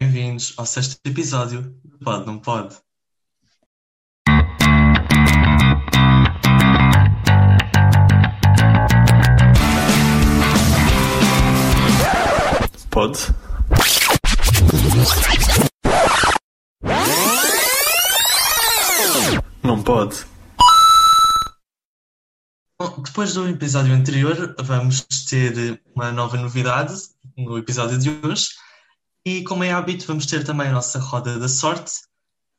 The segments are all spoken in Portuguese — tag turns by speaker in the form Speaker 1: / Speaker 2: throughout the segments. Speaker 1: Bem-vindos ao sexto episódio do Pode Não Pode.
Speaker 2: Pode? Não pode.
Speaker 1: Bom, Depois do episódio anterior, vamos ter uma nova novidade no episódio de hoje. E, como é hábito, vamos ter também a nossa roda da sorte,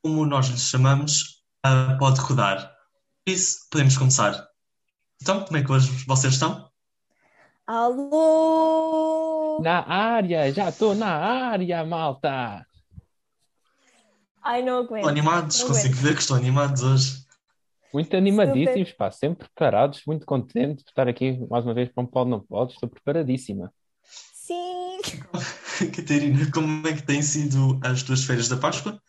Speaker 1: como nós lhe chamamos, a Pode Rodar. Por isso, podemos começar. Então, como é que hoje vocês estão?
Speaker 3: Alô!
Speaker 4: Na área, já estou na área, malta!
Speaker 3: Ai, não
Speaker 1: Estão
Speaker 3: aguento.
Speaker 1: animados?
Speaker 3: Estou
Speaker 1: Consigo ver que estão animados hoje.
Speaker 4: Muito animadíssimos, pá, sempre preparados, muito contente de estar aqui mais uma vez para um Pode Não Pode, estou preparadíssima.
Speaker 3: Sim!
Speaker 1: Catarina, como é que têm sido as tuas férias da Páscoa?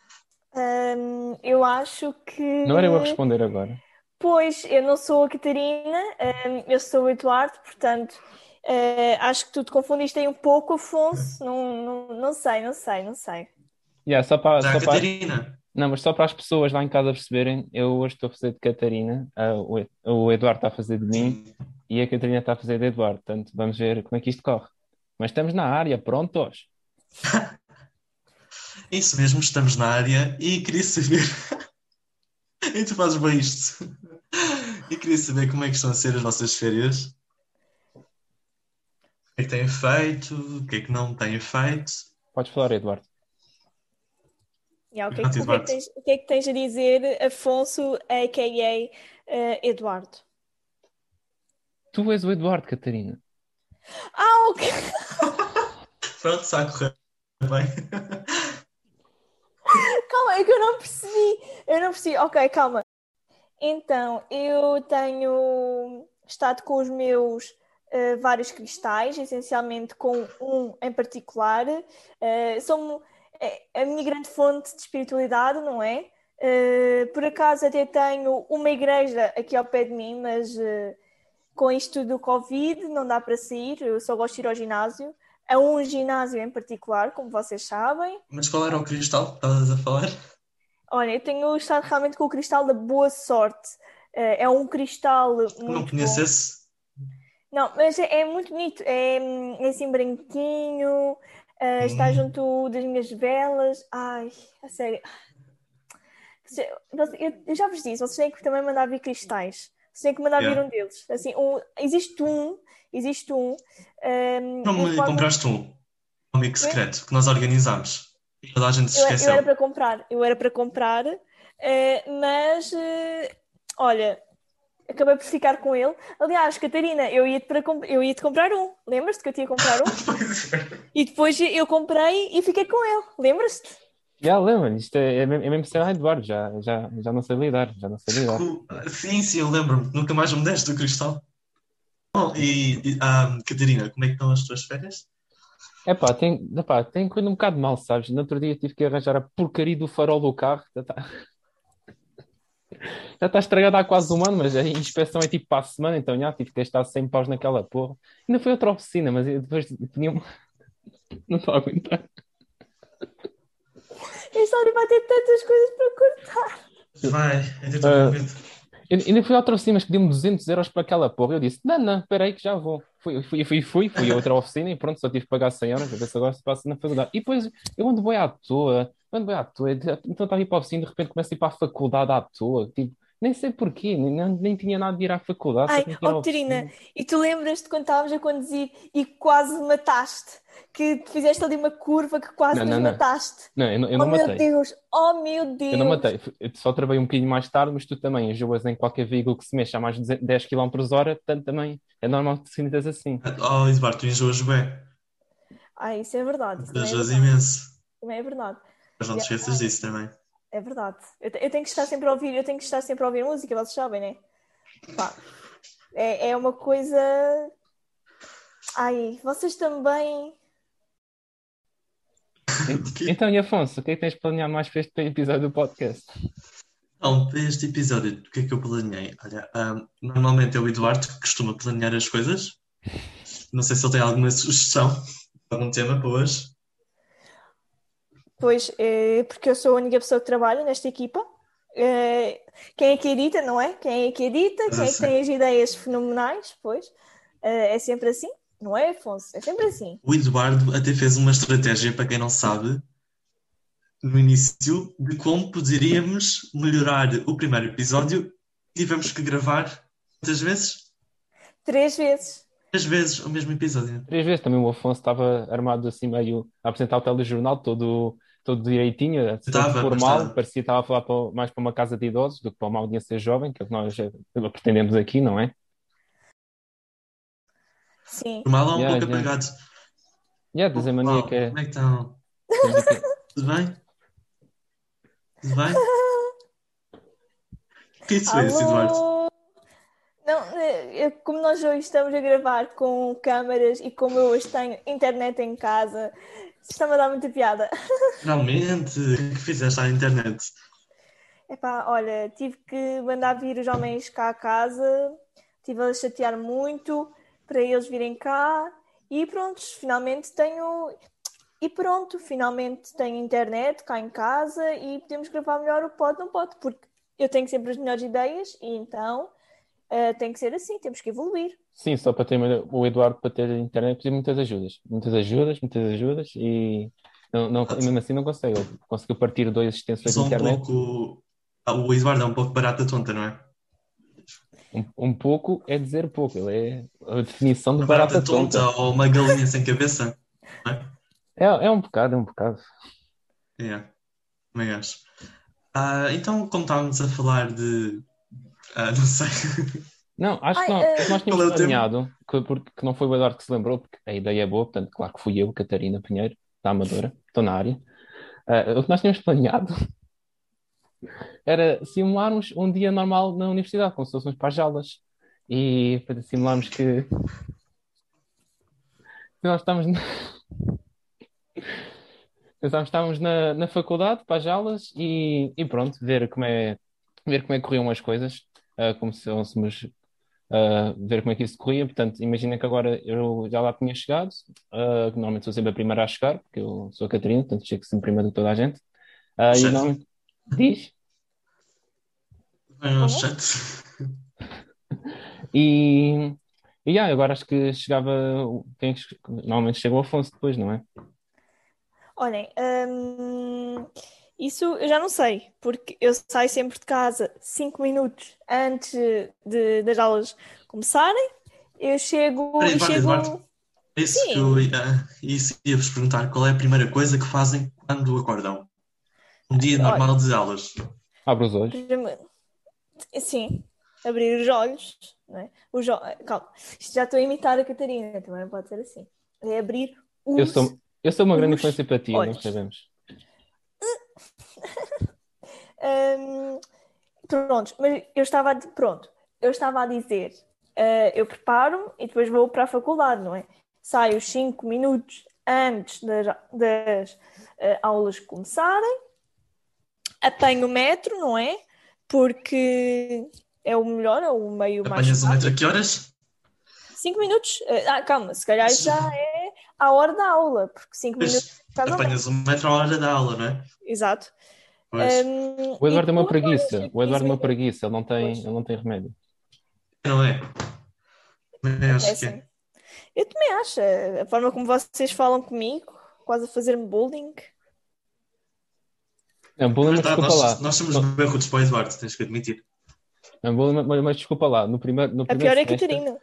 Speaker 3: Ahm, eu acho que.
Speaker 4: Não era eu a responder agora.
Speaker 3: Pois, eu não sou a Catarina, ahm, eu sou o Eduardo, portanto, eh, acho que tu te confundiste aí um pouco, Afonso. Não, não, não sei, não sei, não sei.
Speaker 4: Yeah, só para,
Speaker 1: Já,
Speaker 4: só para-
Speaker 1: Catarina?
Speaker 4: não, mas só para as pessoas lá em casa perceberem, eu hoje estou a fazer de Catarina, ah, o Ed- o Eduardo está a fazer de mim e a Catarina está a fazer de Eduardo, portanto vamos ver como é que isto corre. Mas estamos na área, prontos?
Speaker 1: É Isso mesmo, estamos na área e queria saber. e tu fazes bem isto. e queria saber como é que estão a ser as vossas férias. O que é que têm feito? O que é que não têm feito?
Speaker 4: Podes falar, Eduardo.
Speaker 3: Yeah, o, que é que,
Speaker 1: Pronto,
Speaker 3: o que é que
Speaker 1: Eduardo.
Speaker 3: tens, o que é que tens a dizer, Afonso, a.k.a. eh, Eduardo?
Speaker 4: Tu és o Eduardo, Catarina.
Speaker 3: Ah, ok!
Speaker 1: Pronto, está a correr bem.
Speaker 3: Calma, é que eu não percebi. Eu não percebi. Ok, calma. Então, eu tenho estado com os meus eh, vários cristais, essencialmente com um em particular. Eh, são é a minha grande fonte de espiritualidade, não é? Eh, por acaso até tenho uma igreja aqui ao pé de mim, mas eh, com isto do Covid não dá para sair, eu só gosto de ir ao ginásio, a um ginásio em particular, como vocês sabem.
Speaker 1: Mas qual era o cristal que estavas a falar?
Speaker 3: Olha, eu tenho estado realmente com o cristal da boa sorte. Eh, É um cristal muito
Speaker 1: Não
Speaker 3: bom.
Speaker 1: conheço esse.
Speaker 3: Não, mas é, é muito bonito. É, hum, é assim branquinho, eh, está
Speaker 1: Hum.
Speaker 3: junto das minhas velas. Ai, a sério. Você- você- Eu, eu já vos disse, vocês têm que também mandar vir cristais. Vocês têm que mandar vir
Speaker 1: Yeah.
Speaker 3: um deles. Assim, um- existe um, existe um. hum,
Speaker 1: Não
Speaker 3: em
Speaker 1: me
Speaker 3: forma-
Speaker 1: compraste um. Um amigo secreto que nós organizámos. E toda a gente se
Speaker 3: Eu, eu
Speaker 1: esqueceu.
Speaker 3: era para comprar, eu era para comprar, eh, mas eh, olha, acabei por ficar com ele. Aliás, Catarina, eu ia-te para comp- eu ia-te comprar um. Lembras-te que eu tinha comprar um? e depois eu comprei e fiquei com ele. Lembras-te?
Speaker 4: Já lembro-me, isto é, é mesmo é mesmo ser ah, Eduardo, já, já, já não sei lidar, já não sei lidar.
Speaker 1: Desculpa. Sim, sim, eu lembro-me. Nunca mais me deste do cristal. Bom, e, e ah, Catarina, como é que estão as tuas férias?
Speaker 4: Epá, tem, epá, tem coisa um bocado mal, sabes? No outro dia tive que arranjar a porcaria do farol do carro. Já está já está estragado há quase um ano, mas a inspeção é tipo para a semana, então já tive que gastar 100 paus naquela porra. Ainda foi outra oficina, mas eu depois tinha uma... Não estou a aguentar.
Speaker 3: Eu estava a ter tantas coisas para cortar.
Speaker 1: Vai, eu estou
Speaker 4: Ah.
Speaker 1: com medo.
Speaker 4: Eu- Ainda fui a outra oficina, mas pediu-me 200 euros para aquela porra. Eu disse: Não, não, peraí, que já vou. Fui, fui, fui, fui, fui a outra oficina e pronto, só tive que pagar 100 euros para ver se agora se passa na faculdade. E depois eu ando bem à toa, ando bem à toa. Então eu estava a ir para a oficina e de repente começo a ir para a faculdade à toa. Tipo, nem sei porquê, nem, nem- nem tinha nada de ir à faculdade. só
Speaker 3: Ai,
Speaker 4: tinha que ir à
Speaker 3: oh, Catarina,
Speaker 4: oficina.
Speaker 3: e tu lembras-te quando estávamos a conduzir e quase me mataste? Que te fizeste ali uma curva que quase
Speaker 4: Não,
Speaker 3: nos
Speaker 4: não, não.
Speaker 3: mataste.
Speaker 4: Não, eu não, eu
Speaker 3: oh
Speaker 4: não
Speaker 3: meu
Speaker 4: matei.
Speaker 3: Deus, oh meu Deus.
Speaker 4: Eu não matei. Eu só trabalhei um bocadinho mais tarde, mas tu também enjoas em qualquer veículo que se mexa a mais de 10 km hora, portanto também é normal que te sintas assim.
Speaker 1: Oh, Eduardo, tu enjoas bem.
Speaker 3: Ai, isso é verdade. Isso
Speaker 1: Tu
Speaker 3: também é
Speaker 1: enjoas
Speaker 3: verdade.
Speaker 1: imenso.
Speaker 3: Também é verdade.
Speaker 1: Mas não te esqueças disso também.
Speaker 3: É verdade. Eu, te- eu tenho que estar sempre a ouvir, eu tenho que estar sempre a ouvir música, vocês sabem, né? Pá, é, é uma coisa. Ai, vocês também.
Speaker 4: Então, e Afonso, o que é que tens planeado mais para este episódio do podcast?
Speaker 1: Então, para este episódio, o que é que eu planeei? Olha, ahm, normalmente é o Eduardo que costuma planear as coisas. um Não sei se ele tem alguma sugestão, algum tema para hoje.
Speaker 3: Pois, eh, porque eu sou a única pessoa que trabalha nesta equipa. Eh, Quem é que edita, não é? Quem é que edita, quem é que tem as ideias fenomenais, pois. Eh, É sempre assim, não é, Afonso? É sempre assim.
Speaker 1: O Eduardo até fez uma estratégia, para quem não sabe, no início, de como poderíamos melhorar o primeiro episódio. Tivemos que gravar quantas vezes?
Speaker 3: Três vezes.
Speaker 1: Três vezes o mesmo episódio.
Speaker 4: Três vezes também o Afonso estava armado assim meio a apresentar o telejornal todo, todo direitinho, todo
Speaker 1: Estava,
Speaker 4: formal,
Speaker 1: estava.
Speaker 4: parecia que estava a falar para- mais para uma casa de idosos do que para uma audiência jovem, que é o que nós eh, pretendemos aqui, não é?
Speaker 3: Sim.
Speaker 1: Por mal, há um
Speaker 4: Yeah,
Speaker 1: pouco
Speaker 4: yeah.
Speaker 1: apagado.
Speaker 4: E a desemania
Speaker 1: Uau,
Speaker 4: que é...
Speaker 1: Como é que estão? Tudo bem? Tudo bem? O que é isso, é esse, Eduardo?
Speaker 3: Alô? Não, eh, eh, como nós hoje estamos a gravar com câmaras e como eu hoje tenho internet em casa, está-me a dar muita piada.
Speaker 1: Finalmente, o que fizeste à internet?
Speaker 3: Epá, olha, tive que mandar vir os homens cá a casa, estive a chatear muito para eles virem cá e pronto, finalmente tenho. E pronto, finalmente tenho internet cá em casa e podemos gravar melhor o pode não pode, porque eu tenho sempre as melhores ideias e então eh, tem que ser assim, temos que evoluir.
Speaker 4: Sim, só para ter o Eduardo para ter internet pediu muitas ajudas, muitas ajudas, muitas ajudas e não, não, e mesmo assim não consegue. Ele conseguiu partir dois extensores de
Speaker 1: Sou um
Speaker 4: internet,
Speaker 1: pouco. Ah, O Eduardo é um pouco barata tonta, não é?
Speaker 4: um, um pouco é dizer pouco, ele é a definição de barata
Speaker 1: Barata tonta ou uma galinha sem cabeça?
Speaker 4: É, é um bocado, é um bocado.
Speaker 1: É, também acho. Ah, então, como estávamos a falar de. ah, não sei.
Speaker 4: Não, acho que
Speaker 3: Ai,
Speaker 4: não,
Speaker 3: eh,
Speaker 1: Qual é
Speaker 4: nós tínhamos
Speaker 1: o tema?
Speaker 4: planeado, que, porque que não foi o Eduardo que se lembrou, porque a ideia é boa, portanto, claro que fui eu, Catarina Pinheiro, da Amadora, estou na área. Ah, o que nós tínhamos planeado era simularmos um dia normal na universidade, como se fôssemos para as aulas. E para simularmos que, que nós estamos na... Pensámos que estávamos na, na faculdade para as aulas e, e pronto, ver como é, ver como é que corriam as coisas, ah, como se fôssemos ah, ver como é que isso corria. Portanto, imagina que agora eu já lá tinha chegado, ah, que normalmente sou sempre a primeira a chegar, porque eu sou a Catarina, portanto chego sempre primeiro de toda a gente. Ah, e
Speaker 1: Certo.
Speaker 4: normalmente diz.
Speaker 1: Bem, é um
Speaker 3: Como?
Speaker 1: chato.
Speaker 4: E, e yeah, agora acho que chegava. Quem é que che- normalmente chegou o Afonso depois, não é?
Speaker 3: Olhem, hum, isso eu já não sei, porque eu saio sempre de casa 5 minutos antes de, das aulas começarem. Eu chego,
Speaker 1: Peraí,
Speaker 3: eu
Speaker 1: Eduardo,
Speaker 3: chego-
Speaker 1: Eduardo. É Isso
Speaker 3: Sim.
Speaker 1: que eu ia- isso ia-vos perguntar qual é a primeira coisa que fazem quando acordam? Um dia
Speaker 3: Olha.
Speaker 1: normal de aulas.
Speaker 4: Abre os olhos.
Speaker 3: Sim, abrir os olhos, não é? Os ol- Calma, isto já estou a imitar a Catarina, também não pode ser assim. É abrir os.
Speaker 4: Eu sou, eu sou uma grande
Speaker 3: Os
Speaker 4: influência para ti, nós
Speaker 3: olhos.
Speaker 4: sabemos.
Speaker 3: Hum, pronto, mas eu estava a, di- pronto, eu estava a dizer, eh, eu preparo-me e depois vou para a faculdade, não é? Saio 5 minutos antes das, das, eh, aulas começarem, apanho o metro, não é? Porque é o melhor, é o meio mais
Speaker 1: Apanhas um o metro a que horas?
Speaker 3: 5 minutos, eh, ah, calma, se calhar já é à hora da aula, porque 5
Speaker 1: Pois,
Speaker 3: minutos estás ao metro,
Speaker 1: Apanhas um o metro à hora da aula, não é?
Speaker 3: exato.
Speaker 1: Pois.
Speaker 3: Hum,
Speaker 4: O Eduardo é
Speaker 3: e
Speaker 4: uma
Speaker 3: depois,
Speaker 4: preguiça. O Eduardo é uma
Speaker 3: 15 minutos,
Speaker 4: preguiça, ele não tem,
Speaker 3: Pois.
Speaker 4: ele não tem remédio.
Speaker 1: Não é? Também acho que
Speaker 3: Acontecem.
Speaker 1: é.
Speaker 3: assim. Eu também acho. é, A forma como vocês falam comigo, quase a fazer-me bullying.
Speaker 4: Não, bullying, mas
Speaker 1: Verdade,
Speaker 4: desculpa
Speaker 1: nós,
Speaker 4: lá.
Speaker 1: nós somos berrudos para o Eduardo, tens que admitir.
Speaker 4: Não, bullying, mas, mas desculpa lá. No primeiro, no
Speaker 3: A
Speaker 4: primeiro
Speaker 3: pior é a
Speaker 4: semestre,
Speaker 3: Catarina.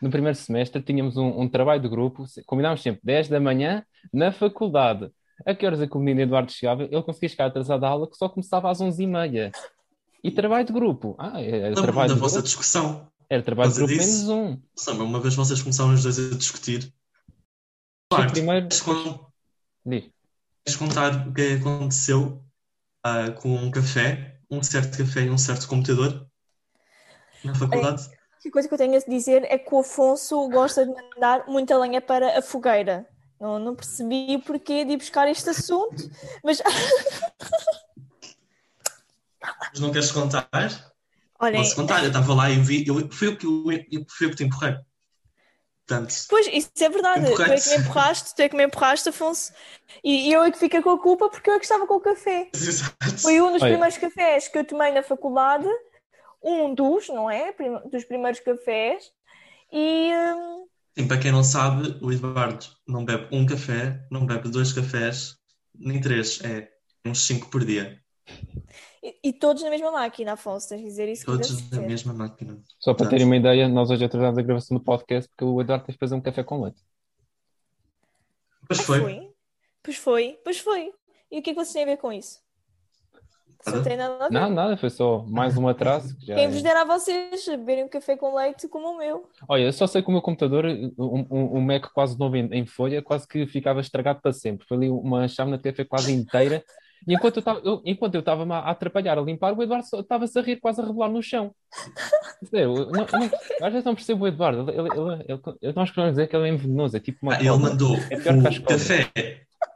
Speaker 4: no primeiro semestre tínhamos um, um trabalho de grupo, se- combinámos sempre 10 da manhã na faculdade. A que horas é que o menino Eduardo chegava? Ele conseguia chegar atrasado à aula que só começava às 11h30. E trabalho de grupo? Ah, era
Speaker 1: Lembro-me
Speaker 4: trabalho
Speaker 1: da
Speaker 4: de
Speaker 1: vossa
Speaker 4: grupo,
Speaker 1: discussão.
Speaker 4: era trabalho de
Speaker 1: por
Speaker 4: grupo
Speaker 1: causa
Speaker 4: menos
Speaker 1: disso.
Speaker 4: um.
Speaker 1: Sabe, uma vez vocês começaram os dois a discutir. Claro,
Speaker 4: primeiro-
Speaker 1: tens con-
Speaker 4: Diz.
Speaker 1: tens de contar o que aconteceu ah, com um café, um certo café e um certo computador na faculdade.
Speaker 3: A coisa que eu tenho a dizer é que o Afonso gosta de mandar muita lenha para a fogueira. Não, não percebi o porquê de ir buscar este assunto, mas
Speaker 1: Mas não queres contar?
Speaker 3: olhem,
Speaker 1: Posso contar, eu estava lá e vi. Eu, foi, eu que, o- eu, foi eu que te empurrei. Portanto,
Speaker 3: Pois, isso é verdade. Tu é que me
Speaker 1: Empurraste.
Speaker 3: empurraste, tu é que me empurraste, Afonso. E, e eu é que fico com a culpa porque eu é que estava com o café.
Speaker 1: exato.
Speaker 3: Foi um dos
Speaker 4: Olha.
Speaker 3: primeiros cafés que eu tomei na faculdade, um dos, não é? Prim- Dos primeiros cafés. E hum,
Speaker 1: Sim, para quem não sabe, o Eduardo não bebe um café, não bebe dois cafés, nem três, é uns cinco por dia.
Speaker 3: E, e todos na mesma máquina, Afonso, tens de dizer isso com
Speaker 1: Todos na
Speaker 3: certeza.
Speaker 1: mesma máquina.
Speaker 4: Só para terem uma ideia, nós hoje atrasámos a gravação do podcast porque o Eduardo teve que fazer um café com leite.
Speaker 1: Mas
Speaker 3: Ah,
Speaker 1: foi.
Speaker 3: Pois foi, pois foi. E o que é que vocês têm a ver com isso? Isso Não
Speaker 1: Nada.
Speaker 3: tem nada a ver.
Speaker 4: Não, nada, foi só mais um atraso. que já
Speaker 3: Quem
Speaker 4: é-
Speaker 3: vos dera a vocês beberem um café com leite como o meu.
Speaker 4: Olha, eu só sei que o meu computador, um, um, um Mac quase novo em, em folha, quase que ficava estragado para sempre. Foi ali uma chávena de café quase inteira. E enquanto eu tava- eu- enquanto eu estava-me a atrapalhar, a limpar, o Eduardo só- estava-se a rir, quase a rebolar no chão. Eu, eu não- eu não- às vezes não percebo o Eduardo. Ele, ele, ele, ele- nós queremos dizer que ele é envenenoso, é tipo uma
Speaker 1: Ah, ele
Speaker 4: cobra.
Speaker 1: mandou
Speaker 4: É pior que a
Speaker 1: o
Speaker 4: escola.
Speaker 1: café,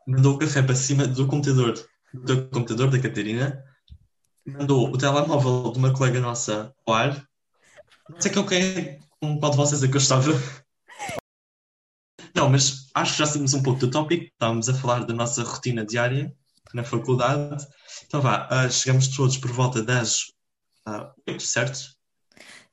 Speaker 1: mandou o café para cima do computador, do teu computador da Catarina, mandou o telemóvel de uma colega nossa ao ar. Não sei com quem, com qual de vocês é que eu estava. Não, mas acho que já saímos um pouco do tópico. Estávamos a falar da nossa rotina diária na faculdade. Então vá, ah, chegamos todos por volta das ah, 8, certo?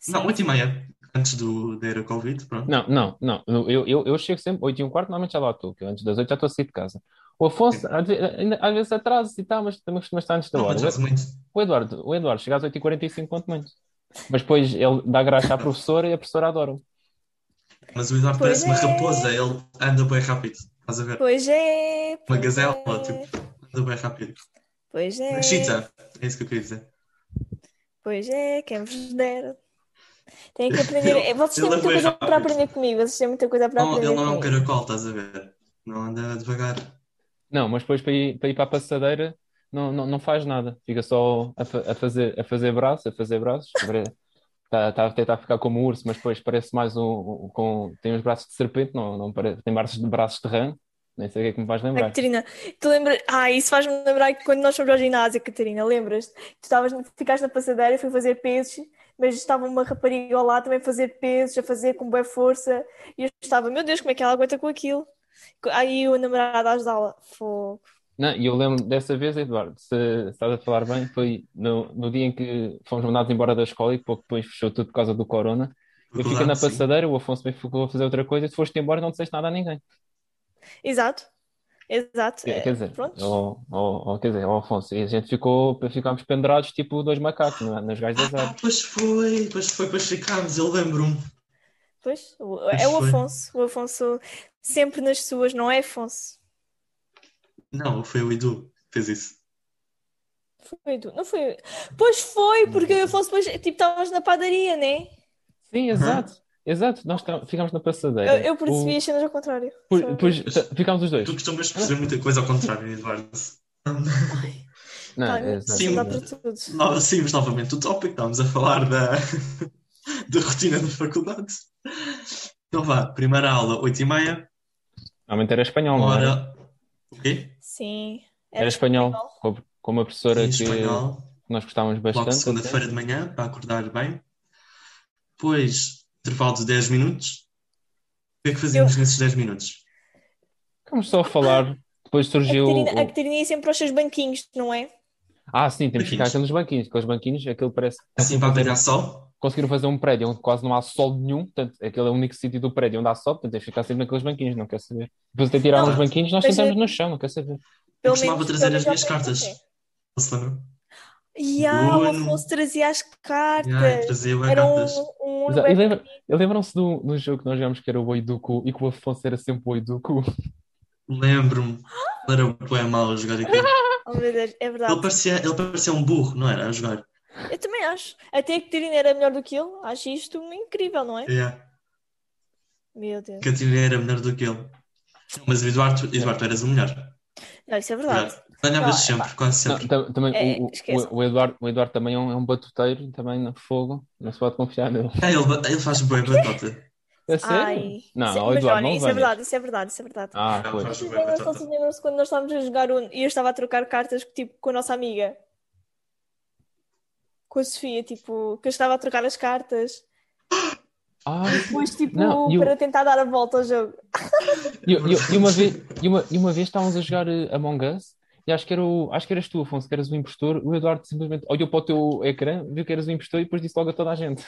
Speaker 1: Não, 8 e meia, antes do, da era Covid, pronto.
Speaker 4: Não, não, não. Eu, eu, eu chego sempre 8 e um quarto, normalmente já lá estou, que eu antes das 8 já estou a sair de casa. O Afonso, às ve- ainda- às vezes atrasa-se e tal, mas também costuma estar antes da
Speaker 1: Não,
Speaker 4: hora.
Speaker 1: atraso muito.
Speaker 4: O Eduardo, o Eduardo chega às 8h45, quanto muito. Mas depois ele dá graça à professora e a professora adora-o.
Speaker 1: Mas o Eduardo
Speaker 3: Pois
Speaker 1: parece uma
Speaker 3: é.
Speaker 1: raposa, ele anda bem rápido, estás a ver?
Speaker 3: Pois é.
Speaker 1: Uma
Speaker 3: pois
Speaker 1: gazela,
Speaker 3: é,
Speaker 1: tipo, anda bem rápido.
Speaker 3: Pois é.
Speaker 1: Uma cheetah, é isso que eu queria dizer.
Speaker 3: Pois é, quem vos dera. Tem que aprender. é, Vocês têm
Speaker 1: Ele é
Speaker 3: muita
Speaker 1: bem
Speaker 3: coisa para
Speaker 1: rápido.
Speaker 3: aprender comigo. Vocês têm muita coisa para
Speaker 1: Não,
Speaker 3: aprender
Speaker 1: ele não é um
Speaker 3: comigo.
Speaker 1: caracol, estás a ver? Não anda devagar.
Speaker 4: Não, mas depois para ir para, ir para a passadeira não, não, não faz nada. Fica só a, fa- a fazer, a fazer braços, a fazer braços. Está, está a tentar ficar como um urso, mas depois parece mais um, um- com. Tem os braços de serpente, não, não parece, tem braços de, braços de rã. Nem sei o que é que me vais
Speaker 3: Ai,
Speaker 4: lembrar.
Speaker 3: Catarina, tu lembras? Ah, isso faz-me lembrar que quando nós fomos ao ginásio, Catarina, lembras-te? Tu estavas, ficaste na passadeira, fui fazer pesos, mas estava uma rapariga ao lado também a fazer pesos, a fazer com boa força, e eu estava, meu Deus, como é que ela aguenta com aquilo? Aí o namorado a ajudá-la, fogo.
Speaker 4: Não, e eu lembro dessa vez, Eduardo, se, se estás a falar bem, foi no, no dia em que fomos mandados embora da escola e pouco depois fechou tudo por causa do corona. Eu fiquei na
Speaker 1: Faculdade, sim.
Speaker 4: passadeira, o Afonso também ficou a fazer outra coisa e tu foste embora e não disseste nada a ninguém.
Speaker 3: Exato, exato.
Speaker 4: Quer,
Speaker 3: É,
Speaker 4: quer dizer,
Speaker 3: pronto.
Speaker 4: ó- ó- ó, quer dizer, ó, Afonso, e a gente ficou, ficámos pendurados tipo dois macacos na- nas gajas das
Speaker 1: Ah,
Speaker 4: árvores.
Speaker 1: pois foi, pois foi, pois ficámos, eu lembro-me.
Speaker 3: Pois, o- é
Speaker 1: Pois
Speaker 3: o
Speaker 1: foi.
Speaker 3: Afonso, o Afonso sempre nas suas, não é Afonso?
Speaker 1: Não, foi o Edu que fez isso.
Speaker 3: Foi tu, não foi? Pois foi, porque o Afonso depois, tipo, estavas na padaria, né?
Speaker 4: Sim, exato, exato, nós tá- ficámos na
Speaker 3: Eu,
Speaker 4: passadeira.
Speaker 3: eu percebi
Speaker 4: O-
Speaker 3: as cenas ao contrário.
Speaker 4: por-
Speaker 3: Sorry.
Speaker 4: pois, tá- ficámos os dois.
Speaker 1: Tu costumas perceber muita coisa ao contrário, Eduardo.
Speaker 4: Não,
Speaker 3: Tá,
Speaker 4: é,
Speaker 1: Sim.
Speaker 3: não dá para tudo.
Speaker 1: Nós saímos novamente do tópico, estávamos a falar da, da rotina da faculdade. Então vá, primeira aula, 8h30,
Speaker 4: Normalmente era espanhol, não é. era?
Speaker 1: hora. O quê?
Speaker 3: Sim. É
Speaker 4: Era espanhol, com, com uma professora
Speaker 1: Em
Speaker 4: que
Speaker 1: espanhol.
Speaker 4: nós gostávamos
Speaker 1: logo
Speaker 4: bastante. até.
Speaker 1: segunda-feira de manhã, para acordar bem. Depois, intervalo de 10 minutos. O que é que fazíamos nesses 10 minutos?
Speaker 4: Ficámos só a falar, depois
Speaker 3: A
Speaker 4: surgiu.
Speaker 3: Catarina, a
Speaker 4: o-
Speaker 3: Catarina ia sempre aos seus banquinhos, não é?
Speaker 4: Ah, sim, temos que ficar
Speaker 1: Banquinhos.
Speaker 4: aqueles banquinhos, aqueles banquinhos, aquele parece.
Speaker 1: Assim, para apanhar sol?
Speaker 4: conseguiram fazer um prédio onde quase não há sol nenhum, portanto, aquele é o único sítio do prédio onde há sol, portanto, tens de ficar sempre naqueles banquinhos, não quer saber. Depois até tiraram
Speaker 1: Não,
Speaker 4: os banquinhos, nós
Speaker 3: mas
Speaker 4: sentamos
Speaker 3: é-
Speaker 4: no chão, não quer saber.
Speaker 1: Eu
Speaker 3: Pelo
Speaker 1: costumava
Speaker 3: menos- assim.
Speaker 1: trazer
Speaker 3: pelo
Speaker 1: as
Speaker 3: menos
Speaker 1: minhas
Speaker 3: ao
Speaker 1: cartas.
Speaker 3: café.
Speaker 1: Não se lembram?
Speaker 3: E ah, o
Speaker 1: Bruno.
Speaker 3: Afonso trazia as cartas.
Speaker 1: Yeah, trazia bem
Speaker 3: Era um,
Speaker 1: cartas.
Speaker 3: um
Speaker 4: Exa-
Speaker 3: Uno
Speaker 4: ah,
Speaker 3: bem
Speaker 4: e lembra- e Lembram-se do, do jogo que nós jogámos que era o Boi do Cu e que o Afonso era sempre o Boi do Cu?
Speaker 1: Lembro-me. Ele era bem mau a jogar aquilo.
Speaker 3: Oh, meu Deus, é
Speaker 1: Ele
Speaker 3: verdade.
Speaker 1: parecia, ele parecia um burro, não era? A jogar.
Speaker 3: Eu também acho. Até a Catarina era melhor do que ele. Acho isto incrível, não é?
Speaker 1: Yeah.
Speaker 3: Meu Deus.
Speaker 1: Catarina era melhor do que ele. Não, Mas o Eduardo, Eduardo, tu eras o melhor.
Speaker 3: Não, isso é verdade.
Speaker 1: Eduardo, Ganhavas
Speaker 3: Ah,
Speaker 1: sempre, quase
Speaker 4: Não,
Speaker 1: sempre.
Speaker 4: tam- também,
Speaker 3: É,
Speaker 4: o- o,
Speaker 3: esquece.
Speaker 4: o, o Eduardo, o Eduardo também é um, é um batuteiro, também no fogo, não se pode confiar nele.
Speaker 1: Ah, ele, ele faz bem batota.
Speaker 4: É sério?
Speaker 3: Ai.
Speaker 4: Não,
Speaker 3: Isso é-
Speaker 4: o
Speaker 3: mas
Speaker 4: Eduardo,
Speaker 3: olha,
Speaker 4: não
Speaker 3: isso é
Speaker 4: venhas.
Speaker 3: verdade, isso é verdade, isso é verdade.
Speaker 4: Ah,
Speaker 1: Ele
Speaker 4: pois.
Speaker 1: faz
Speaker 3: Vocês
Speaker 1: bem
Speaker 3: lembram-se
Speaker 1: batota.
Speaker 3: vocês lembram-se quando nós estávamos a jogar Uno e eu estava a trocar cartas tipo, com a nossa amiga? Com a Sofia, tipo, que eu estava a trocar as cartas.
Speaker 4: Ah,
Speaker 3: Depois, tipo,
Speaker 4: Não, e o-
Speaker 3: para tentar dar a volta ao jogo.
Speaker 4: E, e- e uma vez, e, uma, e uma vez estávamos a jogar eh, Among Us e acho que, era o, acho que eras tu, Afonso, que eras o impostor. O Eduardo simplesmente olhou para o teu ecrã, viu que eras o impostor e depois disse logo a toda a gente.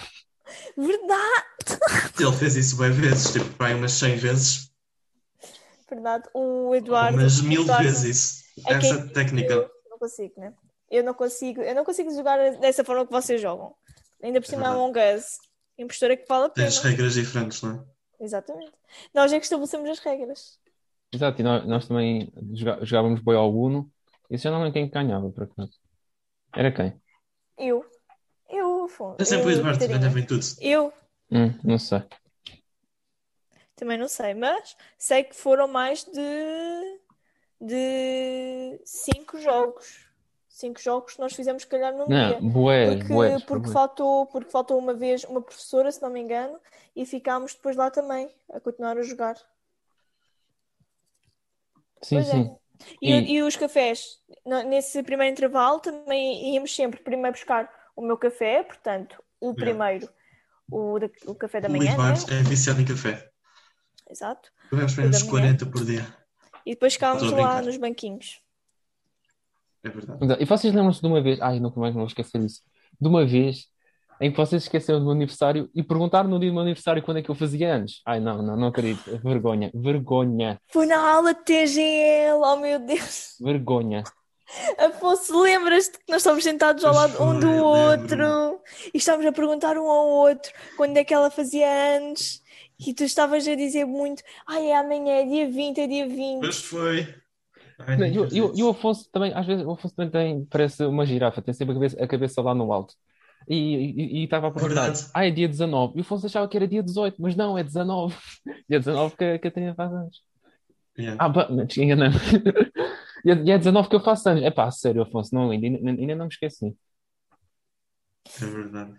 Speaker 3: Verdade,
Speaker 1: Ele fez isso bem vezes, tipo, para aí umas 100 vezes,
Speaker 3: verdade. O Eduardo.
Speaker 1: umas mil
Speaker 3: Eduardo,
Speaker 1: vezes isso.
Speaker 3: É
Speaker 1: Essa
Speaker 3: quem-
Speaker 1: técnica.
Speaker 3: Eu não consigo, né? Eu não consigo, eu não consigo jogar dessa forma que vocês jogam. Ainda por cima é
Speaker 1: verdade.
Speaker 3: Among Us. Impostora que fala a pena.
Speaker 1: Tens regras diferentes, não é?
Speaker 3: Exatamente. Nós é que estabelecemos as regras.
Speaker 4: Exato, e nós, nós também joga- jogávamos boi ao Uno. Isso já não lembro quem é que ganhava, por acaso. Era quem?
Speaker 3: Eu. Eu, Afonso.
Speaker 1: É sempre o Eduardo que
Speaker 3: Catarina.
Speaker 1: ganhava em tudo.
Speaker 3: Eu
Speaker 4: Hum, não sei.
Speaker 3: também não sei, mas sei que foram mais de. de. cinco jogos. Cinco jogos que nós fizemos, se calhar, num dia.
Speaker 4: Não, boés,
Speaker 3: Porque,
Speaker 4: boés,
Speaker 3: porque
Speaker 4: boés.
Speaker 3: faltou, porque faltou uma vez uma professora, se não me engano, e ficámos depois lá também, a continuar a jogar.
Speaker 4: Sim,
Speaker 3: Pois é.
Speaker 4: sim.
Speaker 3: E,
Speaker 4: E-
Speaker 3: e os cafés? No- Nesse primeiro intervalo também íamos sempre primeiro buscar o meu café, portanto, o primeiro, o, da- o café da
Speaker 1: O
Speaker 3: manhã, né?
Speaker 1: Eduardo é viciado em café.
Speaker 3: Exato.
Speaker 1: Bebemos menos
Speaker 3: manhã.
Speaker 1: 40 por dia.
Speaker 3: E depois ficávamos
Speaker 1: Estou a
Speaker 3: lá
Speaker 1: brincar.
Speaker 3: nos banquinhos.
Speaker 1: É verdade.
Speaker 4: Exato. Então, E vocês lembram-se de uma vez, ai, nunca mais me vou esquecer disso, de uma vez em que vocês esqueceram do meu aniversário e perguntaram no dia do meu aniversário quando é que eu fazia anos. Ai, não, não, não acredito. Vergonha, vergonha,
Speaker 3: Foi na aula de TGL, oh meu Deus!
Speaker 4: vergonha.
Speaker 3: Afonso, lembras-te que nós estávamos sentados ao lado um do
Speaker 1: Pois foi,
Speaker 3: outro e estávamos a perguntar um ao outro quando é que ela fazia anos e tu estavas a dizer muito, ai, é amanhã, é dia 20, é dia 20.
Speaker 1: Mas foi. Ai,
Speaker 4: Não,
Speaker 1: nem
Speaker 4: E o-
Speaker 1: quero
Speaker 4: e o-
Speaker 1: dizer
Speaker 4: e o Afonso também, às vezes, o Afonso também tem, parece uma girafa, tem sempre a cabeça, a cabeça lá no alto. E- E e- e estava a perguntar,
Speaker 1: Verdade.
Speaker 4: ah, é dia 19. E o Afonso achava que era dia 18, mas não, é 19. Dia 19 que a Catarina faz anos.
Speaker 1: isso. Yeah.
Speaker 4: Ah, pá, mas enganei-me. E é e é 19 que eu faço anos. É pá, sério, Afonso, não, ainda, ainda- ainda não me esqueci.
Speaker 1: É verdade.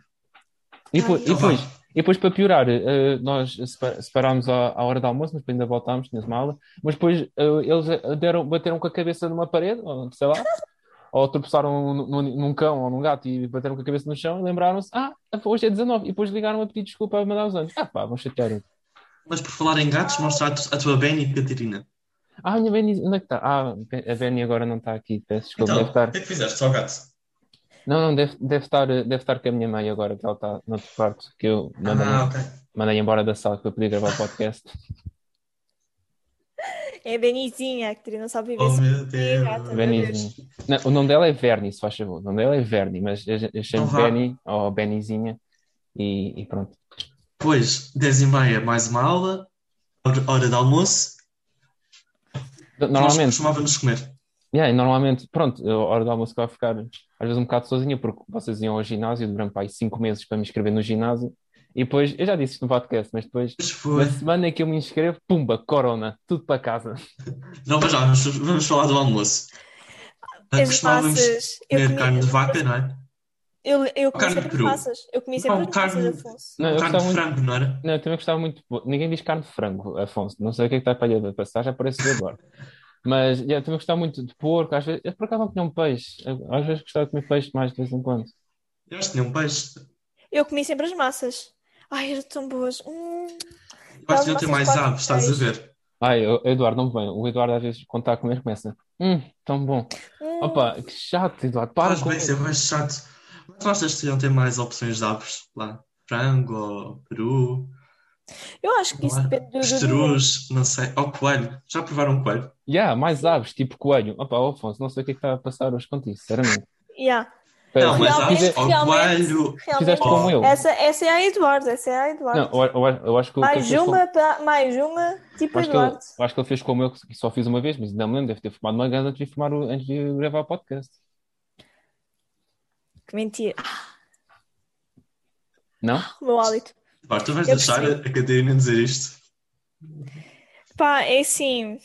Speaker 4: E depois,
Speaker 3: Ai,
Speaker 4: e
Speaker 3: Então
Speaker 4: depois, e depois, para piorar, eh, nós separ- separámos à, à hora do almoço, mas depois ainda voltámos, tínhamos uma aula, mas depois eh, eles eh, deram, bateram com a cabeça numa parede, ou sei lá, ou tropeçaram num, num- num cão ou num gato e bateram com a cabeça no chão e lembraram-se, ah, hoje é 19, e depois ligaram a pedir desculpa a mandar os anos. Ah pá, vão chatear.
Speaker 1: Mas por falar em gatos, mostra a tu- a tua Benny, Catarina.
Speaker 4: Ah, minha Benny, onde é que está? Ah, a Benny agora não está aqui, peço desculpa,
Speaker 1: Então,
Speaker 4: deve estar.
Speaker 1: o que é que fizeste ao gato?
Speaker 4: Não, não, deve, deve estar, eh, deve estar com a minha mãe agora, que ela está noutro quarto, que eu mandei,
Speaker 1: Ah, ok.
Speaker 4: mandei embora da sala para poder gravar o podcast.
Speaker 3: É Benizinha, que não sabe viver
Speaker 1: Oh
Speaker 3: sem
Speaker 1: meu
Speaker 3: ter gato.
Speaker 1: Deus.
Speaker 4: Benizinha. Não, o nome dela é Verni, se faz favor. O nome dela é Verni, mas eu, eu chamo
Speaker 1: Então vá.
Speaker 4: Benny ou Benizinha e, e pronto.
Speaker 1: Depois, 10 e meia, mais uma aula, hora- hora de almoço. Nós
Speaker 4: Normalmente,
Speaker 1: costumávamos comer.
Speaker 4: yeah, e normalmente, pronto, a hora do almoço que vai ficar às vezes um bocado sozinha, porque vocês iam ao ginásio durante pá, aí cinco meses para me inscrever no ginásio. E depois, eu já disse isto no podcast, mas depois,
Speaker 1: Mas
Speaker 4: na
Speaker 1: foi.
Speaker 4: semana em que eu me inscrevo, pumba, corona, tudo para casa.
Speaker 1: Não, mas já, vamos, vamos falar do almoço.
Speaker 3: As
Speaker 1: Costumávamos
Speaker 3: massas. Eu
Speaker 1: comer
Speaker 3: comia-
Speaker 1: carne de vaca, não é?
Speaker 3: Eu, eu comi
Speaker 1: Carne de
Speaker 3: sempre as
Speaker 1: peru.
Speaker 3: massas. Eu comi sempre
Speaker 1: Não,
Speaker 3: as massas,
Speaker 1: carne-
Speaker 3: Afonso.
Speaker 4: Não, eu
Speaker 1: carne
Speaker 4: gostava
Speaker 1: de
Speaker 4: muito.
Speaker 1: frango, não era?
Speaker 4: Não, eu também gostava muito. Ninguém diz carne de frango, Afonso. Não sei o que é que está para aí a passar, já parece ver agora. Mas yeah, eu também gostava muito de porco. Às vezes, eu por acaso não tinha um peixe. Eu, às vezes gostava de comer peixe mais de vez em quando.
Speaker 1: Eu acho que tinha um peixe.
Speaker 3: Eu comi sempre as massas. Ai, eram tão boas. Hum.
Speaker 1: Eu acho que eu tenho mais
Speaker 3: Quatro,
Speaker 1: aves, estás a
Speaker 3: seis.
Speaker 1: ver?
Speaker 4: Ai, o Eduardo, não me vem. O Eduardo, às vezes, quando está a comer, começa. Hum, tão bom.
Speaker 3: Hum.
Speaker 4: Opa, que chato, Eduardo. Para
Speaker 1: Faz
Speaker 4: com
Speaker 1: bem,
Speaker 4: isso.
Speaker 1: ser mais chato. Mas nós achas que deviam ter mais opções de aves lá? Frango, ou peru,
Speaker 3: Eu acho que isso
Speaker 1: Não é?
Speaker 3: depende do- do. do-
Speaker 1: estruz, não sei. Ou coelho. Já provaram coelho?
Speaker 4: Yeah, mais aves, tipo coelho. Opa, oh, Afonso, não sei o que é que está a passar hoje contigo, sinceramente.
Speaker 3: Yeah.
Speaker 1: Não, mas
Speaker 4: Fizer-
Speaker 1: aves.
Speaker 3: Realmente,
Speaker 1: Ou
Speaker 3: realmente.
Speaker 1: coelho.
Speaker 4: Fizeste
Speaker 3: Realmente.
Speaker 1: Oh.
Speaker 4: como eu.
Speaker 3: Essa, essa é a Eduardo. Essa é a Eduardo.
Speaker 4: Não, eu, eu- eu acho que o que ele
Speaker 3: mais
Speaker 4: fez com-
Speaker 3: uma, pa- mais uma, tipo
Speaker 4: Acho que, ele,
Speaker 3: Eduardo.
Speaker 4: eu acho que ele fez como eu, que só fiz uma vez, mas ainda me lembro, deve ter fumado uma ganza antes de, fumar o- antes de gravar o podcast.
Speaker 3: Que mentira. Ah,
Speaker 4: Não?
Speaker 3: O meu hálito.
Speaker 1: Pá, tu vais
Speaker 3: Eu
Speaker 1: deixar a
Speaker 3: percebi.
Speaker 1: Catarina dizer isto.
Speaker 3: Pá, é assim.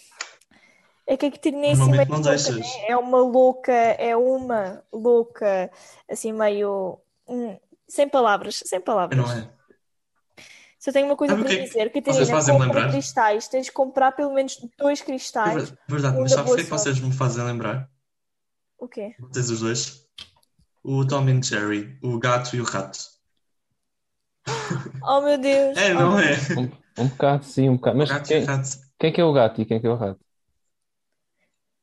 Speaker 3: É que a Catarina em cima é
Speaker 1: Normalmente não
Speaker 3: louca,
Speaker 1: deixas.
Speaker 3: né? É uma louca, é uma louca, assim meio. hum, sem palavras, sem palavras.
Speaker 1: Não é?
Speaker 3: Só tenho uma coisa
Speaker 1: Sabe o
Speaker 3: para
Speaker 1: que é que
Speaker 3: dizer.
Speaker 1: vocês
Speaker 3: Catarina,
Speaker 1: fazem
Speaker 3: compra
Speaker 1: lembrar?
Speaker 3: cristais. Tens de comprar pelo menos dois
Speaker 1: É
Speaker 3: cristais.
Speaker 1: ver- verdade,
Speaker 3: Ainda
Speaker 1: mas sabes o
Speaker 3: boa
Speaker 1: que é que
Speaker 3: sorte.
Speaker 1: vocês me fazem lembrar?
Speaker 3: O quê?
Speaker 1: Vocês os dois? O Tom e Jerry, o gato e o rato.
Speaker 3: Oh meu Deus.
Speaker 1: É, não é?
Speaker 4: Um, um bocado, sim, um bocado. Mas
Speaker 1: Gato,
Speaker 4: quem,
Speaker 1: gato.
Speaker 4: quem é que é o gato e quem é que é o rato?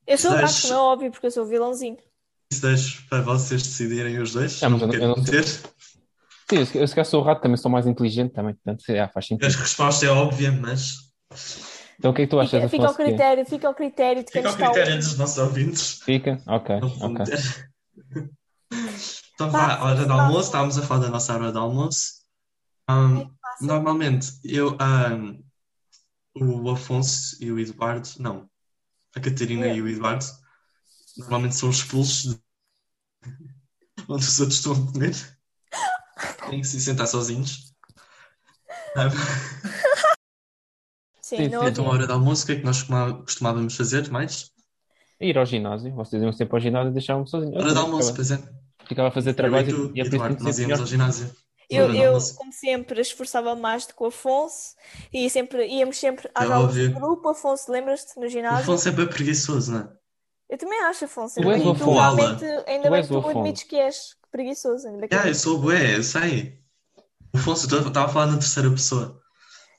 Speaker 3: Eu sou o gato,
Speaker 1: Deixa-
Speaker 3: não é óbvio, porque eu sou o vilãozinho.
Speaker 1: Isso deixo para vocês decidirem os dois.
Speaker 4: Ah, mas eu não-
Speaker 1: quero
Speaker 4: eu não sei.
Speaker 1: meter.
Speaker 4: Sim, eu se eu se calhar sou o rato, também sou mais inteligente também, portanto, sei lá, faz
Speaker 1: A
Speaker 4: sentido.
Speaker 1: resposta é óbvia, mas
Speaker 4: Então o que é que tu achas,
Speaker 3: Fica, fica ao
Speaker 4: Afonso, que é?
Speaker 3: critério, fica ao critério de quem
Speaker 1: fica ao
Speaker 3: está a
Speaker 1: critério
Speaker 3: ouvir.
Speaker 1: dos nossos ouvintes.
Speaker 4: Fica? Ok,
Speaker 1: Não vou
Speaker 4: ok.
Speaker 1: meter. Então
Speaker 3: Vá,
Speaker 1: vá, hora de
Speaker 3: vá.
Speaker 1: almoço, estávamos a falar da nossa hora de almoço. Ahm, normalmente eu, ahm, o Afonso e o Eduardo, não, a Catarina
Speaker 3: Eu.
Speaker 1: e o Eduardo, normalmente são expulsos de... onde os outros estão a comer. Têm que se sentar sozinhos. Ahm,
Speaker 3: Sim,
Speaker 4: Sim,
Speaker 3: não
Speaker 4: sim.
Speaker 1: então,
Speaker 3: havia.
Speaker 1: a hora de almoço, o que é que nós coma- costumávamos fazer mais?
Speaker 4: Ir ao ginásio, vocês iam sempre ao ginásio e deixavam-me sozinho. Eu
Speaker 1: Hora de
Speaker 4: também
Speaker 1: almoço,
Speaker 4: ficava-
Speaker 1: por exemplo.
Speaker 4: Ficava a fazer
Speaker 1: Eu e
Speaker 4: trabalho
Speaker 1: tu,
Speaker 4: e é por isso que me
Speaker 1: Eduardo, nós
Speaker 4: sinto
Speaker 1: íamos ao
Speaker 4: melhor.
Speaker 1: ginásio.
Speaker 3: Eu,
Speaker 1: Hora de
Speaker 3: eu,
Speaker 1: almoço.
Speaker 3: como sempre, esforçava mais do que o Afonso e sempre, íamos sempre às
Speaker 1: É
Speaker 3: aulas de
Speaker 1: óbvio.
Speaker 3: grupo. Afonso, lembras-te no
Speaker 1: O
Speaker 3: ginásio?
Speaker 1: Afonso é bem preguiçoso, não é?
Speaker 3: Eu também acho, Afonso.
Speaker 4: Tu
Speaker 3: Ainda
Speaker 4: és
Speaker 3: bem
Speaker 4: o
Speaker 3: que tu
Speaker 4: Afonso.
Speaker 3: realmente, ainda
Speaker 4: Tu
Speaker 3: bem
Speaker 4: és
Speaker 3: que tu
Speaker 4: o Afonso.
Speaker 3: admites que és preguiçoso. Ainda bem que
Speaker 1: Ah, eu
Speaker 3: admites.
Speaker 1: sou bué, eu sei. O Afonso, eu estava a falar na terceira pessoa.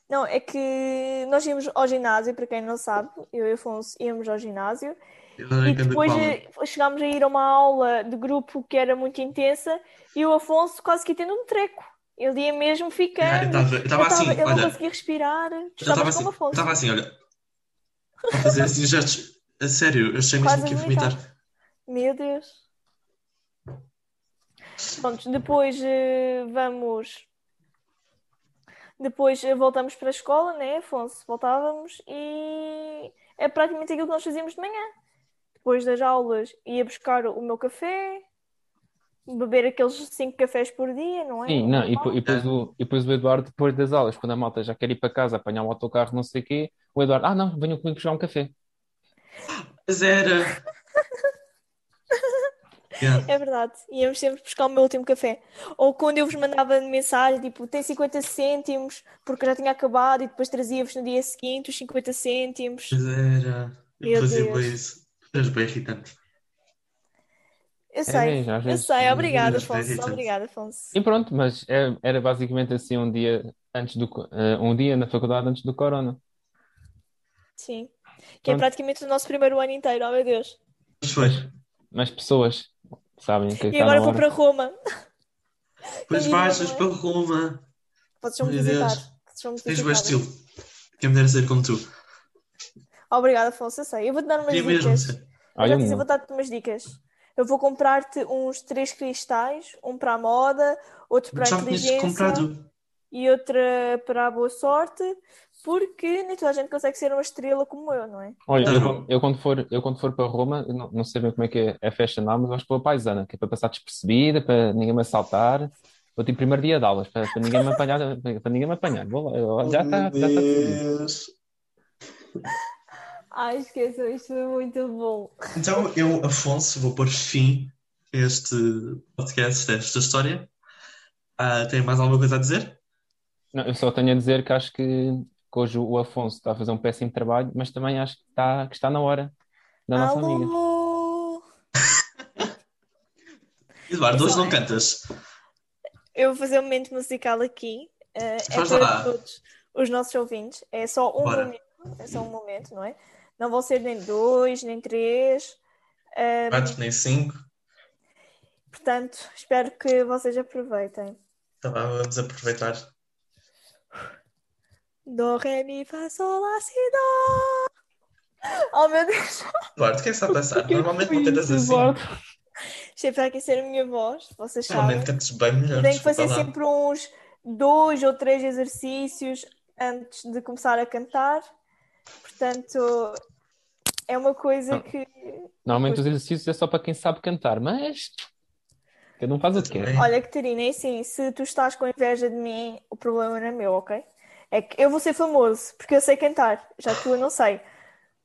Speaker 3: Não, é que nós íamos ao ginásio, para quem não sabe, eu e o Afonso íamos ao ginásio
Speaker 1: Ah, Eu era
Speaker 3: e
Speaker 1: grande
Speaker 3: depois
Speaker 1: cola.
Speaker 3: eh, chegámos a ir a uma aula de grupo que era muito intensa e o Afonso quase que tendo um treco. Ele ia mesmo
Speaker 1: Ah, eu
Speaker 3: ficando.
Speaker 1: estava- eu estava assim,
Speaker 3: ele não
Speaker 1: olha.
Speaker 3: conseguia respirar. Tu
Speaker 1: Eu estava
Speaker 3: estavas
Speaker 1: assim,
Speaker 3: como
Speaker 1: eu
Speaker 3: Afonso.
Speaker 1: estava assim, olha. A fazer assim gestos. A sério, eu achei mesmo
Speaker 3: Quase
Speaker 1: que ia
Speaker 3: a vomitar.
Speaker 1: vomitar.
Speaker 3: Meu Deus. Pronto, depois eh, vamos. Depois eh, voltamos para a escola, né, Afonso? Voltávamos e é praticamente aquilo que nós fazíamos de manhã. Depois das aulas, ia buscar o meu café, beber aqueles cinco cafés por dia, não é?
Speaker 4: Sim, não, e, po- e depois o, e depois o Eduardo, depois das aulas, quando a malta já quer ir para casa, apanhar o autocarro, não sei o quê, o Eduardo, ah não, venham comigo buscar um café.
Speaker 1: Mas era. Yeah.
Speaker 3: É verdade, íamos sempre buscar o meu último café. Ou quando eu vos mandava mensagem, tipo, tem 50 cêntimos, porque já tinha acabado, e depois trazia-vos no dia seguinte os 50 cêntimos.
Speaker 1: Mas era.
Speaker 3: Meu
Speaker 1: Eu fazia
Speaker 3: Deus.
Speaker 1: bué isso. Eras bem irritante.
Speaker 3: Eu
Speaker 4: É
Speaker 3: sei,
Speaker 4: mesmo, às
Speaker 3: eu
Speaker 4: vezes-
Speaker 3: sei.
Speaker 4: às
Speaker 3: Obrigada,
Speaker 1: vezes
Speaker 3: Afonso.
Speaker 1: irrita-te.
Speaker 3: Obrigada, Afonso.
Speaker 4: E pronto, mas é- era basicamente assim um dia antes do, co- eh, um dia na faculdade antes do corona.
Speaker 3: Sim. Que é
Speaker 4: Pronto.
Speaker 3: praticamente o nosso primeiro ano inteiro, oh meu Deus.
Speaker 1: Mas foi.
Speaker 4: Mas pessoas sabem o que é que
Speaker 3: E
Speaker 4: está
Speaker 3: agora
Speaker 4: na
Speaker 3: vou
Speaker 4: hora.
Speaker 3: para Roma.
Speaker 1: Depois
Speaker 3: Ai,
Speaker 1: baixas
Speaker 3: não é?
Speaker 1: para Roma.
Speaker 3: Vocês vão me
Speaker 1: Meu
Speaker 3: visitar.
Speaker 1: Deus.
Speaker 3: Vocês vão me
Speaker 1: Tens
Speaker 3: visitar.
Speaker 1: bom estilo. é Quem me dera ser como tu.
Speaker 3: Obrigada, Afonso. Eu sei. Eu vou-te dar umas
Speaker 1: Queria mesmo
Speaker 3: dicas.
Speaker 1: ser.
Speaker 3: Eu já te
Speaker 4: Olha,
Speaker 3: disse, eu
Speaker 4: não.
Speaker 3: vou dar-te umas dicas. Eu vou comprar-te uns três cristais, um para a moda, outro para
Speaker 1: Mas
Speaker 3: a
Speaker 1: já me tinhas
Speaker 3: inteligência
Speaker 1: comprado.
Speaker 3: e outra para a boa sorte, porque nem toda a gente consegue ser uma estrela como eu, não é?
Speaker 4: Olha,
Speaker 1: Não.
Speaker 4: eu, quando- eu quando for, eu quando for para Roma, eu não, não sei bem como é que é a festa lá, mas acho que vou a paisana, que é para passar despercebida, para ninguém me assaltar. Vou ter primeiro dia de aulas, para, para ninguém me apanhar, para, para ninguém me apanhar. Vou lá, eu- já tá está, já está decidido.
Speaker 1: Oh, Deus.
Speaker 3: Ai, esqueçam, isto foi muito bom.
Speaker 1: Então, eu, Afonso, vou pôr fim a este podcast, a esta história. Ah, tem mais alguma coisa a dizer?
Speaker 4: Não, eu só tenho a dizer que acho que, que hoje o Afonso está a fazer um péssimo trabalho, mas também acho que está, que está na hora da nossa amiga.
Speaker 3: Alô!
Speaker 1: Eduardo, hoje
Speaker 3: Só-
Speaker 1: não cantas.
Speaker 3: Eu vou fazer um momento musical aqui. eh, é
Speaker 1: Faz
Speaker 3: para
Speaker 1: lá.
Speaker 3: todos os nossos ouvintes. É só um
Speaker 1: Bora.
Speaker 3: momento. É só um momento, não é? Não vão ser nem dois, nem três. eh,
Speaker 1: Quatro, nem cinco.
Speaker 3: portanto, espero que vocês aproveitem.
Speaker 1: Tá bem, vamos aproveitar.
Speaker 3: Do, ré, mi, fá, sol, lá, si, dó. Oh meu Deus!
Speaker 1: Eduardo, o que é que está a passar?
Speaker 4: Que
Speaker 1: Normalmente
Speaker 4: foi
Speaker 1: não cantas
Speaker 4: isso,
Speaker 1: assim.
Speaker 4: Eduardo?
Speaker 3: Isto é para aquecer a minha voz, vocês sabem.
Speaker 1: Normalmente cantas bem melhor.
Speaker 3: Tenho que fazer
Speaker 1: desculpa lá.
Speaker 3: sempre uns dois ou três exercícios antes de começar a cantar. Portanto, é uma coisa
Speaker 1: Então,
Speaker 3: que.
Speaker 4: Normalmente os exercícios é só para quem sabe cantar, mas cada um faz o que quer.
Speaker 1: Também.
Speaker 3: Olha, Catarina, é assim: se tu estás com inveja de mim, o problema não é meu, ok? É que eu vou ser famoso, porque eu sei cantar, já tu eu não sei.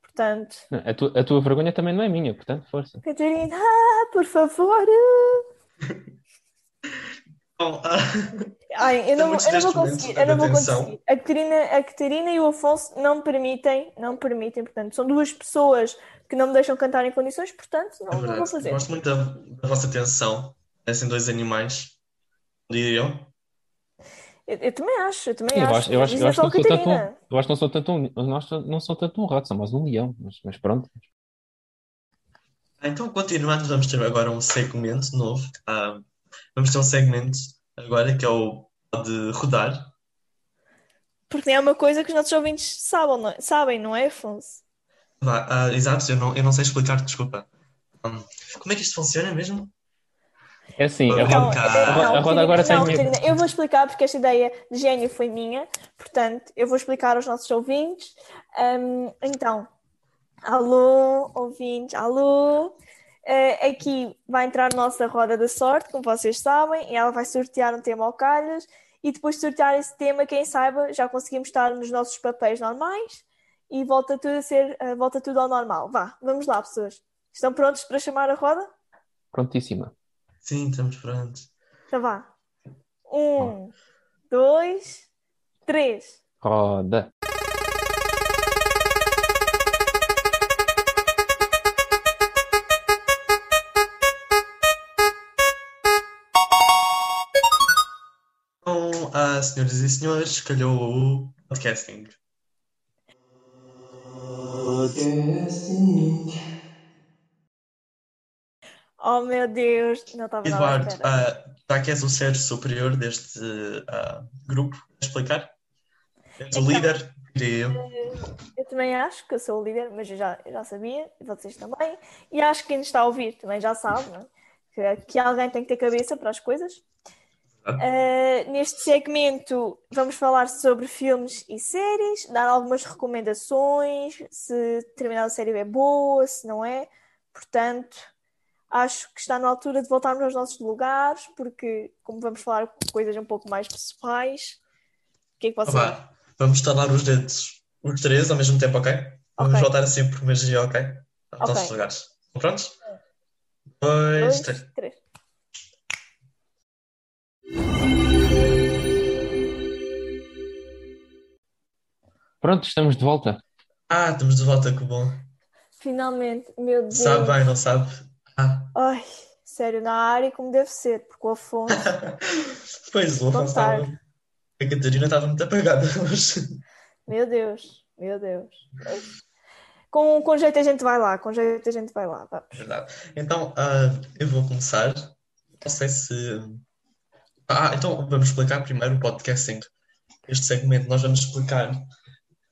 Speaker 3: Portanto,
Speaker 4: Não, a, tu- a tua vergonha também não é minha, portanto, força.
Speaker 3: Catarina, ah, por favor.
Speaker 1: Bom, ah,
Speaker 3: Ai, eu não,
Speaker 1: Muitos
Speaker 3: eu não vou
Speaker 1: destes momentos
Speaker 3: conseguir,
Speaker 1: de
Speaker 3: eu não vou
Speaker 1: atenção.
Speaker 3: conseguir. A Catarina, a Catarina e o Afonso não me permitem, não me permitem, portanto, são duas pessoas que não me deixam cantar em condições, portanto, não,
Speaker 1: é
Speaker 3: não vou
Speaker 1: verdade.
Speaker 3: fazer.
Speaker 1: Gosto muito da, da vossa atenção. Parecem dois animais. Diriam.
Speaker 3: Eu, eu também acho, eu também
Speaker 4: Eu
Speaker 3: acho.
Speaker 4: acho, eu acho,
Speaker 3: Diz
Speaker 4: eu
Speaker 3: a
Speaker 4: acho que não sou tanto um,
Speaker 3: Catarina.
Speaker 4: eu acho que não sou tanto um, eu acho que não sou tanto um rato, sou mais um leão, mas, mas pronto.
Speaker 1: Ah, Então, continuando, vamos ter agora um segmento novo. Ah, vamos ter um segmento agora que é o Pode Rodar.
Speaker 3: Porque é uma coisa que os nossos ouvintes sabem, não é, sabem, não é Afonso?
Speaker 1: Vá, ah, exato, eu não, eu não sei explicar, desculpa. Hum, como é que isto funciona mesmo?
Speaker 4: É assim, a
Speaker 1: Então,
Speaker 4: roda,
Speaker 1: Catarina.
Speaker 3: não,
Speaker 4: a roda agora
Speaker 3: Catarina, não,
Speaker 4: tem-
Speaker 3: então, Catarina, eu vou explicar porque esta ideia de gênio foi minha, portanto, eu vou explicar aos nossos ouvintes. Hum, então, alô, ouvintes, alô. Eh, aqui vai entrar a nossa roda da sorte, como vocês sabem, e ela vai sortear um tema ao calhas, e depois de sortear esse tema, quem saiba, já conseguimos estar nos nossos papéis normais e volta tudo a ser, eh, volta tudo ao normal. Vá, vamos lá, pessoas. Estão prontos para chamar a roda?
Speaker 4: prontíssima.
Speaker 1: Sim, estamos prontos.
Speaker 3: Então vá. Um, dois, três.
Speaker 4: Roda.
Speaker 1: Então, ah, senhoras e senhores, calhou o podcasting.
Speaker 3: Oh meu Deus, não estava nada à
Speaker 1: Eduardo,
Speaker 3: espera.
Speaker 1: ah, já que és o ser superior deste ah, grupo, queres explicar? És o
Speaker 3: Então.
Speaker 1: líder, diria eu.
Speaker 3: Eu também acho que eu sou o líder, mas eu já, eu já sabia, e vocês também. E acho que quem nos está a ouvir também já sabe, não é? que, que alguém tem que ter cabeça para as coisas. Ah, neste segmento vamos falar sobre filmes e séries, dar algumas recomendações, se determinada série é boa, se não é. Portanto, acho que está na altura de voltarmos aos nossos lugares, porque como vamos falar coisas um pouco mais pessoais, o que é que
Speaker 1: Ah,
Speaker 3: vocês
Speaker 1: vá, vamos estalar os dedos, os três ao mesmo tempo, ok? Vamos
Speaker 3: Ok.
Speaker 1: voltar assim por magia, ok? Aos
Speaker 3: Ok.
Speaker 1: nossos lugares. Estão prontos? Dois, três.
Speaker 3: três.
Speaker 4: Pronto, estamos de volta.
Speaker 1: Ah, estamos de volta, que bom.
Speaker 3: Finalmente, meu Deus.
Speaker 1: Sabe bem, não sabe? Ah,
Speaker 3: Ai, sério, na área como deve ser, porque o Afonso.
Speaker 1: pois, o Afonso
Speaker 3: tarde.
Speaker 1: estava- A Catarina estava muito apagada hoje.
Speaker 3: meu Deus, meu Deus. Com, com jeito a gente vai lá, com jeito a gente vai lá. vá.
Speaker 1: Verdade. Então, ah, eu vou começar. Não sei se. Ah, então vamos explicar primeiro o podcasting. Este segmento nós vamos explicar.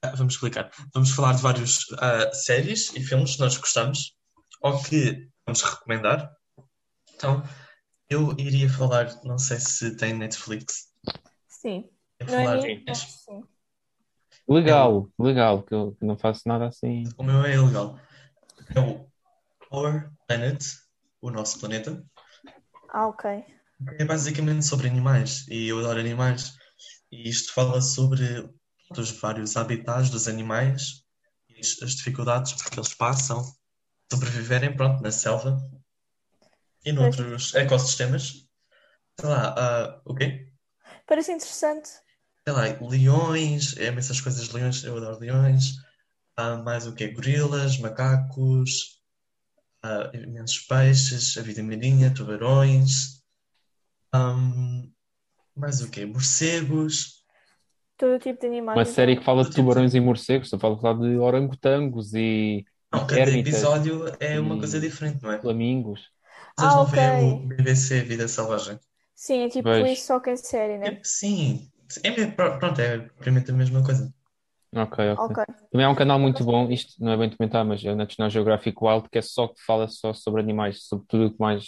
Speaker 1: Ah, vamos explicar. Vamos falar de vários ah, séries e filmes que nós gostamos ou que vamos recomendar. Então, eu iria falar, não sei se tem Netflix.
Speaker 3: Sim.
Speaker 1: Eu ia
Speaker 3: Não é
Speaker 1: falar
Speaker 3: mim?
Speaker 1: de-
Speaker 3: Acho que sim.
Speaker 4: Legal, legal, que eu que não faço nada assim.
Speaker 1: O meu é ilegal. É o Our Planet, o nosso planeta.
Speaker 3: Ah, ok.
Speaker 1: É basicamente sobre animais e eu adoro animais. E isto fala sobre os vários habitats dos animais e as, as dificuldades que eles passam de sobreviverem, pronto, na selva e
Speaker 3: Pois.
Speaker 1: noutros ecossistemas. Sei lá, ah, o quê?
Speaker 3: Parece interessante.
Speaker 1: Sei lá, leões, é essas coisas, leões, eu adoro leões. Há mais o quê? Gorilas, macacos, ah, imensos peixes, a vida marinha, tubarões. Ahm, mais o quê? Morcegos.
Speaker 3: Todo o tipo de animais.
Speaker 4: Uma
Speaker 3: então.
Speaker 4: série que fala de tubarões e morcegos, eu falo falar de orangotangos e
Speaker 1: Não, cada
Speaker 4: Ermitas.
Speaker 1: um episódio é uma
Speaker 4: Hum.
Speaker 1: coisa diferente, não é?
Speaker 4: flamingos.
Speaker 1: Vocês
Speaker 3: Ah,
Speaker 1: não veem
Speaker 3: ok.
Speaker 1: o BBC Vida Selvagem?
Speaker 3: Sim, é tipo
Speaker 4: Vejo.
Speaker 3: isso, só que em série, né?
Speaker 1: É, Sim, é, mesmo- pronto, é propriamente a mesma coisa.
Speaker 4: Ok, ok.
Speaker 3: Ok.
Speaker 4: Também há um canal muito bom, isto não é bem documentar, mas é o National Geographic Wild, que é só que fala só sobre animais, sobre tudo o que mais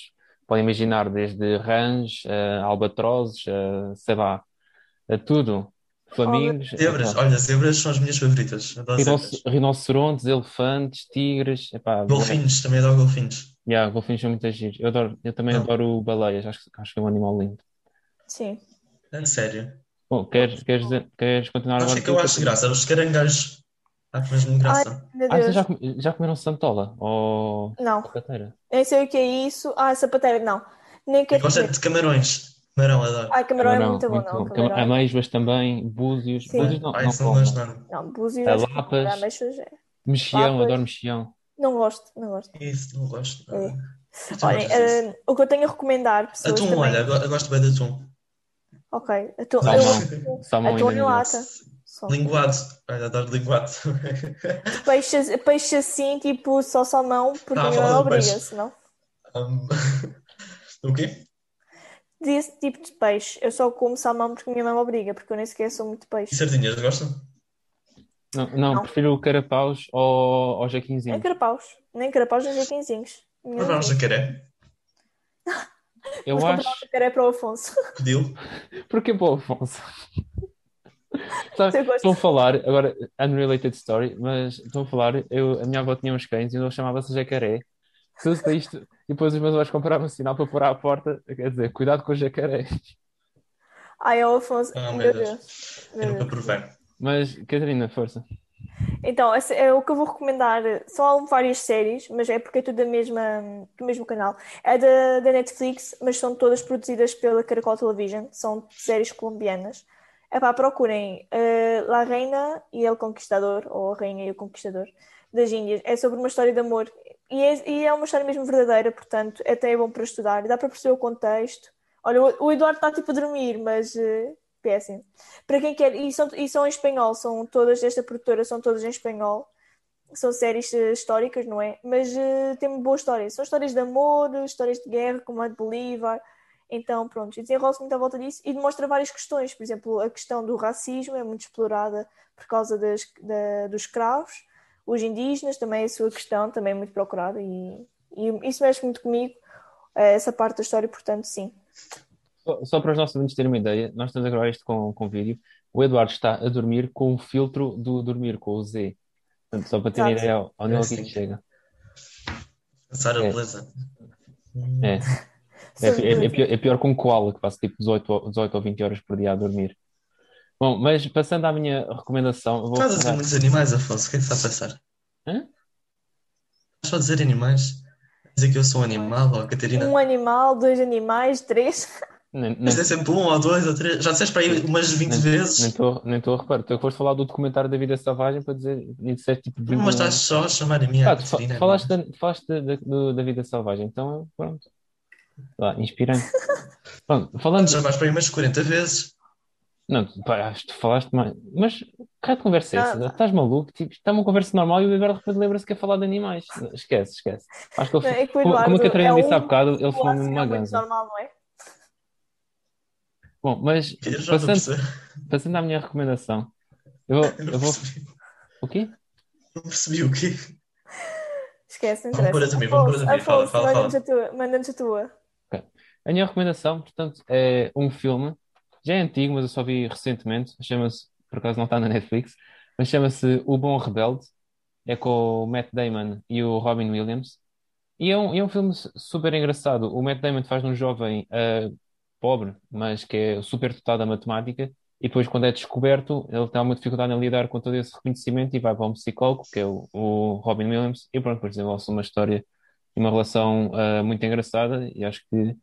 Speaker 4: podem imaginar, desde rãs, eh, albatrozes, eh, sei lá, a tudo. Flamingos,
Speaker 1: Zebras,
Speaker 4: epá,
Speaker 1: olha, zebras são as minhas favoritas. Adoro
Speaker 4: rinoce-
Speaker 1: zebras.
Speaker 4: rinocerontes, elefantes, tigres, epá,
Speaker 1: Golfinhos, também adoro golfinhos.
Speaker 4: yeah, golfinhos são muito giros. Eu adoro, eu também
Speaker 1: Não.
Speaker 4: adoro baleias, acho, que- acho que é um animal lindo.
Speaker 3: Sim.
Speaker 1: É sério.
Speaker 4: Bom, queres, queres, dizer- queres continuar
Speaker 1: Acho
Speaker 4: agora
Speaker 1: que eu
Speaker 4: com o
Speaker 1: acho
Speaker 4: teu-
Speaker 1: graça. Os caranguejos, acho mesmo graça.
Speaker 3: Meu
Speaker 4: Ah, vocês
Speaker 3: Deus.
Speaker 4: já, come- já comeram santola? Ou
Speaker 3: Não,
Speaker 4: sapateira?
Speaker 3: nem sei o que é isso. Ah, sapateira, não. Nem
Speaker 1: Eu
Speaker 3: quero
Speaker 1: gosto é
Speaker 3: saber.
Speaker 1: de camarões. Camarão, adoro.
Speaker 3: Ai, camarão é
Speaker 4: Camarão,
Speaker 3: muito bom,
Speaker 4: muito
Speaker 3: não.
Speaker 4: bom.
Speaker 3: Camarão. é-
Speaker 4: Amêijoas também, búzios.
Speaker 3: Sim.
Speaker 4: Búzios não,
Speaker 1: Ai,
Speaker 4: não
Speaker 1: são
Speaker 4: como.
Speaker 1: longe, Ah, não.
Speaker 3: Não, búzios.
Speaker 4: É
Speaker 3: acho que
Speaker 4: lapas.
Speaker 3: não, ameixas é-
Speaker 4: Mexião,
Speaker 3: Papas.
Speaker 4: adoro mexião.
Speaker 3: Não gosto, não gosto.
Speaker 1: Isso, não gosto.
Speaker 3: É.
Speaker 1: Não.
Speaker 3: Olhem, ah, o que eu tenho a recomendar, pessoas
Speaker 1: Atum,
Speaker 3: também.
Speaker 1: olha, eu go- eu gosto bem de atum.
Speaker 3: Ok. Eu tô,
Speaker 4: Salmão.
Speaker 3: eu,
Speaker 4: Salmão
Speaker 3: eu tô
Speaker 4: ainda
Speaker 3: em
Speaker 4: melhor.
Speaker 3: lata. Só.
Speaker 1: Linguado. Olha, adoro linguado também.
Speaker 3: Peixe, peixe assim, tipo, só salmão, porque
Speaker 1: Tá,
Speaker 3: ninguém
Speaker 1: falando de
Speaker 3: obriga,
Speaker 1: peixe.
Speaker 3: senão.
Speaker 1: Um, o quê?
Speaker 3: Desse tipo de peixe, eu só como salmão porque minha mãe me obriga, porque eu nem sequer sou muito
Speaker 1: E
Speaker 3: peixe.
Speaker 1: sardinhas, gostam?
Speaker 4: Não, não,
Speaker 3: Não. É
Speaker 4: prefiro o carapaus ao, ao jaquinzinho.
Speaker 3: Nem carapaus. Nem carapaus, nem jequinzinhos.
Speaker 1: Provaram jacaré,
Speaker 4: Eu
Speaker 3: Vamos
Speaker 4: acho.
Speaker 3: comprar um para o Afonso.
Speaker 1: pedil.
Speaker 4: Porque, pô, Afonso. Sabe,
Speaker 3: Eu gosto.
Speaker 4: estão a falar, agora, unrelated story, mas estão a falar, eu, a minha avó tinha uns cães e um deles chamava-se jacaré. Se eu sei isto, e depois os meus avós compravam um sinal para pôr à porta, quer dizer, cuidado com o jacaré.
Speaker 3: Ai, é o Afonso.
Speaker 1: Ah, meu
Speaker 3: Meu Deus. Meu
Speaker 1: Eu nunca
Speaker 3: Deus.
Speaker 1: provei.
Speaker 4: Mas, Catarina, força.
Speaker 3: Então, esse é o que eu vou recomendar. São várias séries, mas é porque é tudo da mesma, do mesmo canal. É da, da Netflix, mas são todas produzidas pela Caracol Television. São séries colombianas. É pá, procurem eh, La Reina e El Conquistador, ou A Rainha e o Conquistador, das Índias. É sobre uma história de amor. E é, e é uma história mesmo verdadeira, portanto, até é bom para estudar. Dá para perceber o contexto. Olha, o, o Eduardo está tipo a dormir, mas eh, péssimo. Para quem quer, e são, e são em espanhol, são todas desta produtora, são todas em espanhol. São séries eh, históricas, não é? Mas eh, tem boa história. São histórias de amor, histórias de guerra, como a de Bolívar. Então, pronto, e desenrola-se muito à volta disso e demonstra várias questões. Por exemplo, a questão do racismo é muito explorada por causa das, da- dos escravos. Os indígenas também é a sua questão, também é muito procurada e, e isso mexe muito comigo, eh, essa parte da história, portanto, sim.
Speaker 4: Só, só para os nossos ouvintes terem uma ideia, nós estamos a gravar isto com, com vídeo. O Eduardo está a dormir com o filtro do dormir, com o Z. Portanto, só para terem
Speaker 3: Exato.
Speaker 4: ideia ao- ao nível que
Speaker 1: Sim.
Speaker 4: isto chega.
Speaker 1: Sara,
Speaker 4: É.
Speaker 1: beleza.
Speaker 4: É, é,
Speaker 3: Sobre
Speaker 4: é- é
Speaker 3: tudo.
Speaker 4: pior, é pior que um koala, que passa tipo 18, ou- 18 ou 20 horas por dia a dormir. Bom, mas passando à minha recomendação, eu vou
Speaker 1: Estás a dizer
Speaker 4: recomendar-
Speaker 1: assim muitos animais, Afonso. O que é que está a pensar?
Speaker 4: Hã?
Speaker 1: Estás só a dizer animais? Dizer que eu sou um animal ou a Catarina?
Speaker 3: Um animal, dois animais, três.
Speaker 4: Nem- nem-
Speaker 1: Mas é sempre um ou dois ou três. Já disseste para aí umas 20
Speaker 4: nem- nem
Speaker 1: vezes.
Speaker 4: estou nem estou a reparar. Tu é foste falar do documentário da vida selvagem para dizer, e disseste tipo. de-
Speaker 1: Mas estás só a chamar a mim
Speaker 4: Ah,
Speaker 1: a
Speaker 4: tu fa-
Speaker 1: Catarina. é?
Speaker 4: falaste da, falaste da, da- do- da vida selvagem, então pronto. Lá, inspirante. Pronto, falando.
Speaker 1: Já vais para aí umas 40 vezes.
Speaker 4: Não, pá, acho que tu falaste mais. Mas que raio de conversa é essa?
Speaker 3: Ah.
Speaker 4: Estás maluco? Tipo, está uma conversa normal e o Eduardo depois lembra-se que é falar de animais. Não, Esquece, esquece. Acho que ele.
Speaker 3: Não, é que o
Speaker 4: como- como a
Speaker 3: Eduardo
Speaker 4: Catarina
Speaker 3: é
Speaker 4: disse há
Speaker 3: um-
Speaker 4: bocado, ele
Speaker 3: um
Speaker 4: fumou mesmo
Speaker 3: ácido,
Speaker 4: uma
Speaker 3: é muito
Speaker 4: ganza.
Speaker 3: normal, não é?
Speaker 4: Bom, mas
Speaker 1: Eu já não
Speaker 4: passando,
Speaker 1: percebi.
Speaker 4: passando à minha recomendação, eu vou.
Speaker 1: Não
Speaker 4: Eu vou
Speaker 1: percebi.
Speaker 4: o quê?
Speaker 1: Não percebi o quê?
Speaker 3: Esquece, não
Speaker 1: Vamos
Speaker 3: interessa.
Speaker 1: pôr a dormir, vamos pôr a dormir. Fala,
Speaker 3: Afonso,
Speaker 1: fala,
Speaker 3: manda-nos
Speaker 1: fala.
Speaker 3: a tua. Manda-nos a tua.
Speaker 4: A minha recomendação, portanto, é um filme, já é antigo, mas eu só vi recentemente, chama-se, por acaso não está na Netflix, mas chama-se O Bom Rebelde, é com o Matt Damon e o Robin Williams, e é um, é um filme su- super engraçado, o Matt Damon faz um jovem ah, pobre, mas que é super dotado à matemática, e depois quando é descoberto, ele tem alguma dificuldade em lidar com todo esse reconhecimento e vai para um psicólogo, que é o, o Robin Williams, e pronto, depois desenvolve-se uma história e uma relação ah, muito engraçada, e acho que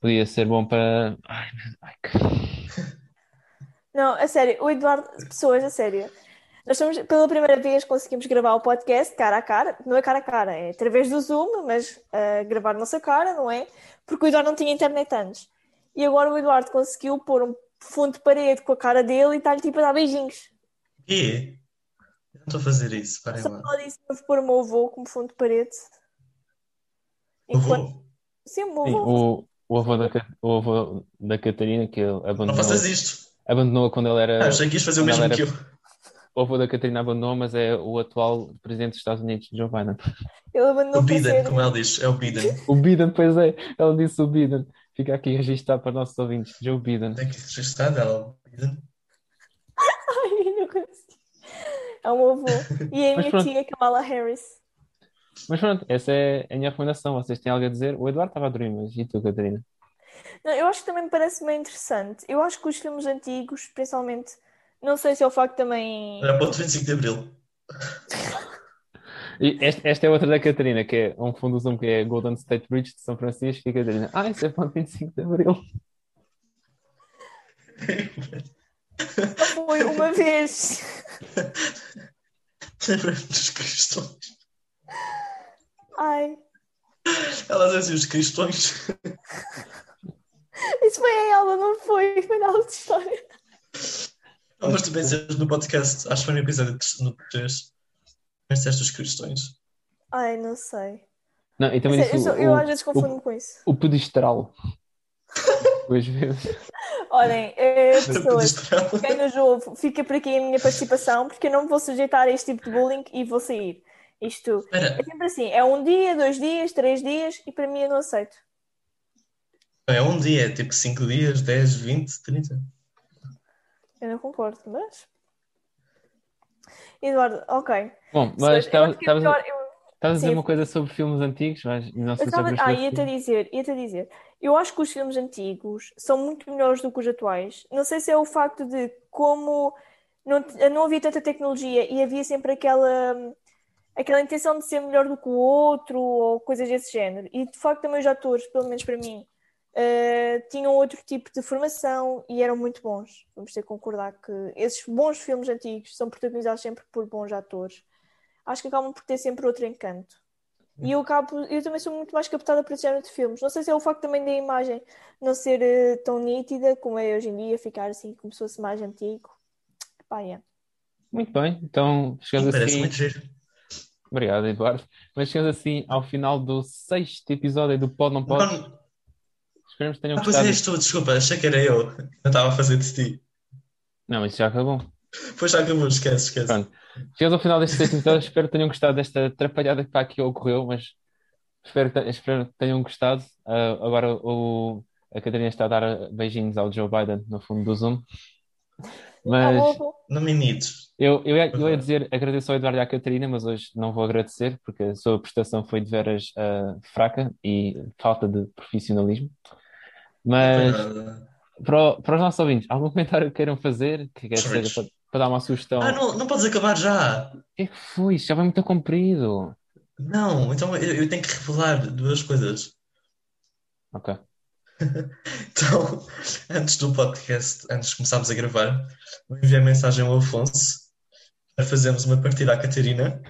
Speaker 4: Podia ser bom para. Ai, meu- ai, que-
Speaker 3: Não, a sério, o Eduardo, pessoas, a sério. Nós estamos, pela primeira vez, conseguimos gravar o podcast cara a cara. Não é cara a cara, é através do Zoom, mas ah, gravar nossa cara, não é? Porque o Eduardo não tinha internet antes. E agora o Eduardo conseguiu pôr um fundo de parede com a cara dele e está-lhe tipo a dar beijinhos.
Speaker 1: E? Eu não estou a fazer isso. Parem
Speaker 3: Só
Speaker 1: lá.
Speaker 3: por isso eu vou pôr o meu avô como fundo de parede.
Speaker 1: Eu
Speaker 3: Enquanto-
Speaker 1: vou.
Speaker 3: Sim, o meu
Speaker 4: Sim,
Speaker 3: avô.
Speaker 4: o, o avô da, Ca- o avô da Catarina, que ele
Speaker 1: Não
Speaker 4: abandonou,
Speaker 1: faças isto.
Speaker 4: abandonou quando ele
Speaker 1: Ah,
Speaker 4: era.
Speaker 1: achei que ias fazer o
Speaker 4: Não,
Speaker 1: mesmo
Speaker 4: era-
Speaker 1: que eu.
Speaker 4: O avô da Catarina abandonou, mas é o atual presidente dos Estados Unidos, Joe Biden.
Speaker 3: Ele
Speaker 1: O
Speaker 3: abandonou para
Speaker 1: Biden,
Speaker 3: ser.
Speaker 1: como ela diz. É o Biden.
Speaker 4: O Biden, pois é, ela disse o Biden. Fica aqui registado para os nossos ouvintes, Joe Biden.
Speaker 1: Tem é que registrar dela. o Biden.
Speaker 3: Ai, eu não consigo. É o meu avô. E a
Speaker 4: Mas
Speaker 3: minha
Speaker 4: pronto.
Speaker 3: tia, Kamala Harris.
Speaker 4: Mas pronto, essa é a minha recomendação. Vocês têm algo a dizer? O Eduardo estava a dormir, mas e tu, Catarina?
Speaker 3: Não, eu acho que também me parece bem interessante. Eu acho que os filmes antigos, principalmente, não sei se é o facto também.
Speaker 1: Era ponto 25 de Abril.
Speaker 4: E esta, esta é outra da Catarina, que é um fundo zoom que é Golden State Bridge de São Francisco. E a Catarina, ah, isso é ponto 25 de Abril.
Speaker 3: Só foi uma vez.
Speaker 1: Lembra-me dos cristões.
Speaker 3: Ai,
Speaker 1: Ela diz assim, os cristões.
Speaker 3: isso foi a ela, não foi. Foi na outra história.
Speaker 1: Não, Mas tu pensas no podcast, acho que foi no episódio 3, disseste os cristões.
Speaker 3: Ai, não sei.
Speaker 4: Não, e também
Speaker 3: Sei, é,
Speaker 4: disse
Speaker 3: eu,
Speaker 4: o,
Speaker 3: sou- eu às
Speaker 4: É o,
Speaker 3: vezes confundo-me com isso.
Speaker 4: o pedestral. Duas vezes.
Speaker 3: Olhem, eh, pessoas,
Speaker 1: Pedestral.
Speaker 3: quem nos ouve, fica por aqui a minha participação, porque eu não me vou sujeitar a este tipo de bullying e vou sair. Isto
Speaker 1: Espera,
Speaker 3: é sempre assim: é um dia, dois dias, três dias, e para mim eu não aceito.
Speaker 1: é um dia, é tipo 5 dias, 10, 20, 30.
Speaker 3: Eu não concordo, mas. Eduardo, ok.
Speaker 4: Bom,
Speaker 3: Mas
Speaker 4: mas
Speaker 3: eu acho
Speaker 4: estavas
Speaker 3: que é
Speaker 4: estavas a
Speaker 3: melhor- eu-
Speaker 4: estavas a dizer
Speaker 3: sim.
Speaker 4: uma coisa sobre filmes antigos, mas não
Speaker 3: Eu
Speaker 4: sei
Speaker 3: estava...
Speaker 4: sobre os
Speaker 3: Ah,
Speaker 4: teus
Speaker 3: ia-te
Speaker 4: filmes.
Speaker 3: dizer, ia-te dizer. Eu acho que os filmes antigos são muito melhores do que os atuais. Não sei se é o facto de como não, t- não havia tanta tecnologia e havia sempre aquela, aquela intenção de ser melhor do que o outro ou coisas desse género. E de facto também os atores, pelo menos para mim, eh, tinham outro tipo de formação e eram muito bons. Vamos ter que concordar que esses bons filmes antigos são protagonizados sempre por bons atores. Acho que acabam por ter sempre outro encanto. E eu acabo, eu também sou muito mais captada por esse género de filmes. Não sei se é o facto também da imagem não ser eh, tão nítida como é hoje em dia, ficar assim como se fosse mais antigo. Pá, é. Tá yeah.
Speaker 4: Muito bem, então chegamos
Speaker 1: Parece
Speaker 4: assim.
Speaker 1: muito giro.
Speaker 4: Obrigado, Eduardo. Mas chegamos assim ao final do sexto episódio do Pod Não Pode. um
Speaker 1: Não,
Speaker 4: Esperemos que tenham
Speaker 1: Ah, pois
Speaker 4: gostado.
Speaker 1: és tu, desculpa, achei que era eu. Eu estava a fazer de ti.
Speaker 4: Não, isso já acabou.
Speaker 1: Pois já acabou, esquece, esquece.
Speaker 4: Pronto. Chegamos ao final deste sexto episódio. Espero que tenham gostado desta atrapalhada que para aqui ocorreu, mas espero que, te- espero que tenham gostado. Ah, agora o, a Catarina está a dar beijinhos ao Joe Biden no fundo do Zoom.
Speaker 3: Tá
Speaker 4: Mas
Speaker 3: bom,
Speaker 1: Não me imites.
Speaker 4: eu, eu, ia,
Speaker 1: é.
Speaker 4: eu ia dizer agradeço ao Eduardo e à Catarina, mas hoje não vou agradecer porque a sua prestação foi de veras ah, fraca e falta de profissionalismo. Mas para, o- para os nossos ouvintes, algum comentário que queiram fazer, que quer
Speaker 1: Sorry.
Speaker 4: seja para, para dar uma sugestão?
Speaker 1: Ah, não, não podes acabar já.
Speaker 4: O que é que foi? Isto Já vai muito comprido.
Speaker 1: Não, então eu, eu tenho que revelar duas coisas.
Speaker 4: Ok.
Speaker 1: Então, antes do podcast, antes de começarmos a gravar, eu enviei mensagem ao Afonso para fazermos uma partida à Catarina.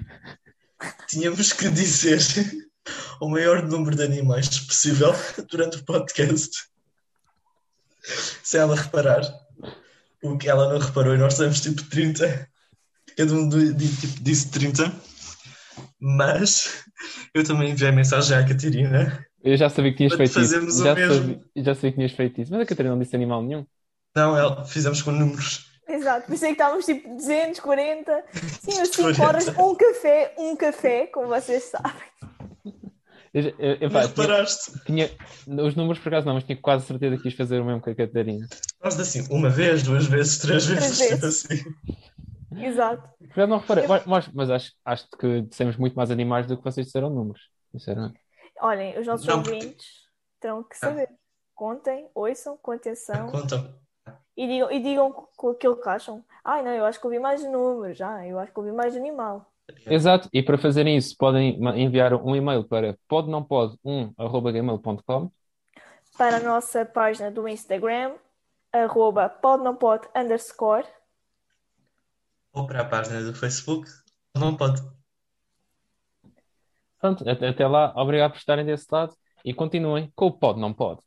Speaker 1: Tínhamos que dizer o maior número de animais possível durante o podcast, sem ela reparar. O que ela não reparou, e nós temos tipo 30. Cada um do- di- tipo, disse 30. Mas eu também enviei mensagem à Catarina.
Speaker 4: Eu já sabia que tinhas
Speaker 1: Quando
Speaker 4: feito isso.
Speaker 1: fazemos o
Speaker 4: já,
Speaker 1: mesmo.
Speaker 4: sabia, já sabia que tinhas feito isso. Mas a Catarina não disse animal nenhum.
Speaker 1: Não, ela, fizemos com números.
Speaker 3: Exato, pensei que estávamos tipo 240. Sim, as 5
Speaker 1: 40.
Speaker 3: horas, um café, um café, como vocês sabem.
Speaker 4: Eu, já- eu- eu,
Speaker 1: Não
Speaker 4: pá,
Speaker 1: reparaste?
Speaker 4: tinha, tinha- os números por acaso não, mas tinha quase certeza que quis fazer o mesmo que a Catarina.
Speaker 1: Nós assim, uma vez, duas vezes, três vezes,
Speaker 3: Três
Speaker 1: tipo assim.
Speaker 3: Exato.
Speaker 4: Por acaso não reparei. Mas, mas- mas acho, acho que dissemos muito mais animais do que vocês disseram números. Sinceramente.
Speaker 3: Olhem, os nossos
Speaker 1: Não, porque-
Speaker 3: ouvintes terão que saber. Contem, ouçam com
Speaker 1: então.
Speaker 3: atenção
Speaker 1: Conta.
Speaker 3: e digam, e digam com aquilo que acham. Ai não, eu acho que ouvi mais números, ah, eu acho que ouvi mais animal.
Speaker 4: Exato. E para fazerem isso, podem ma- enviar um e-mail para podnãopod1.gmail.com
Speaker 3: para a nossa página do Instagram, arroba podnopod underscore.
Speaker 1: Ou para a página do Facebook. Não pode.
Speaker 4: Pronto, até, até lá. Obrigado por estarem desse lado e continuem com o Pod Não Pode.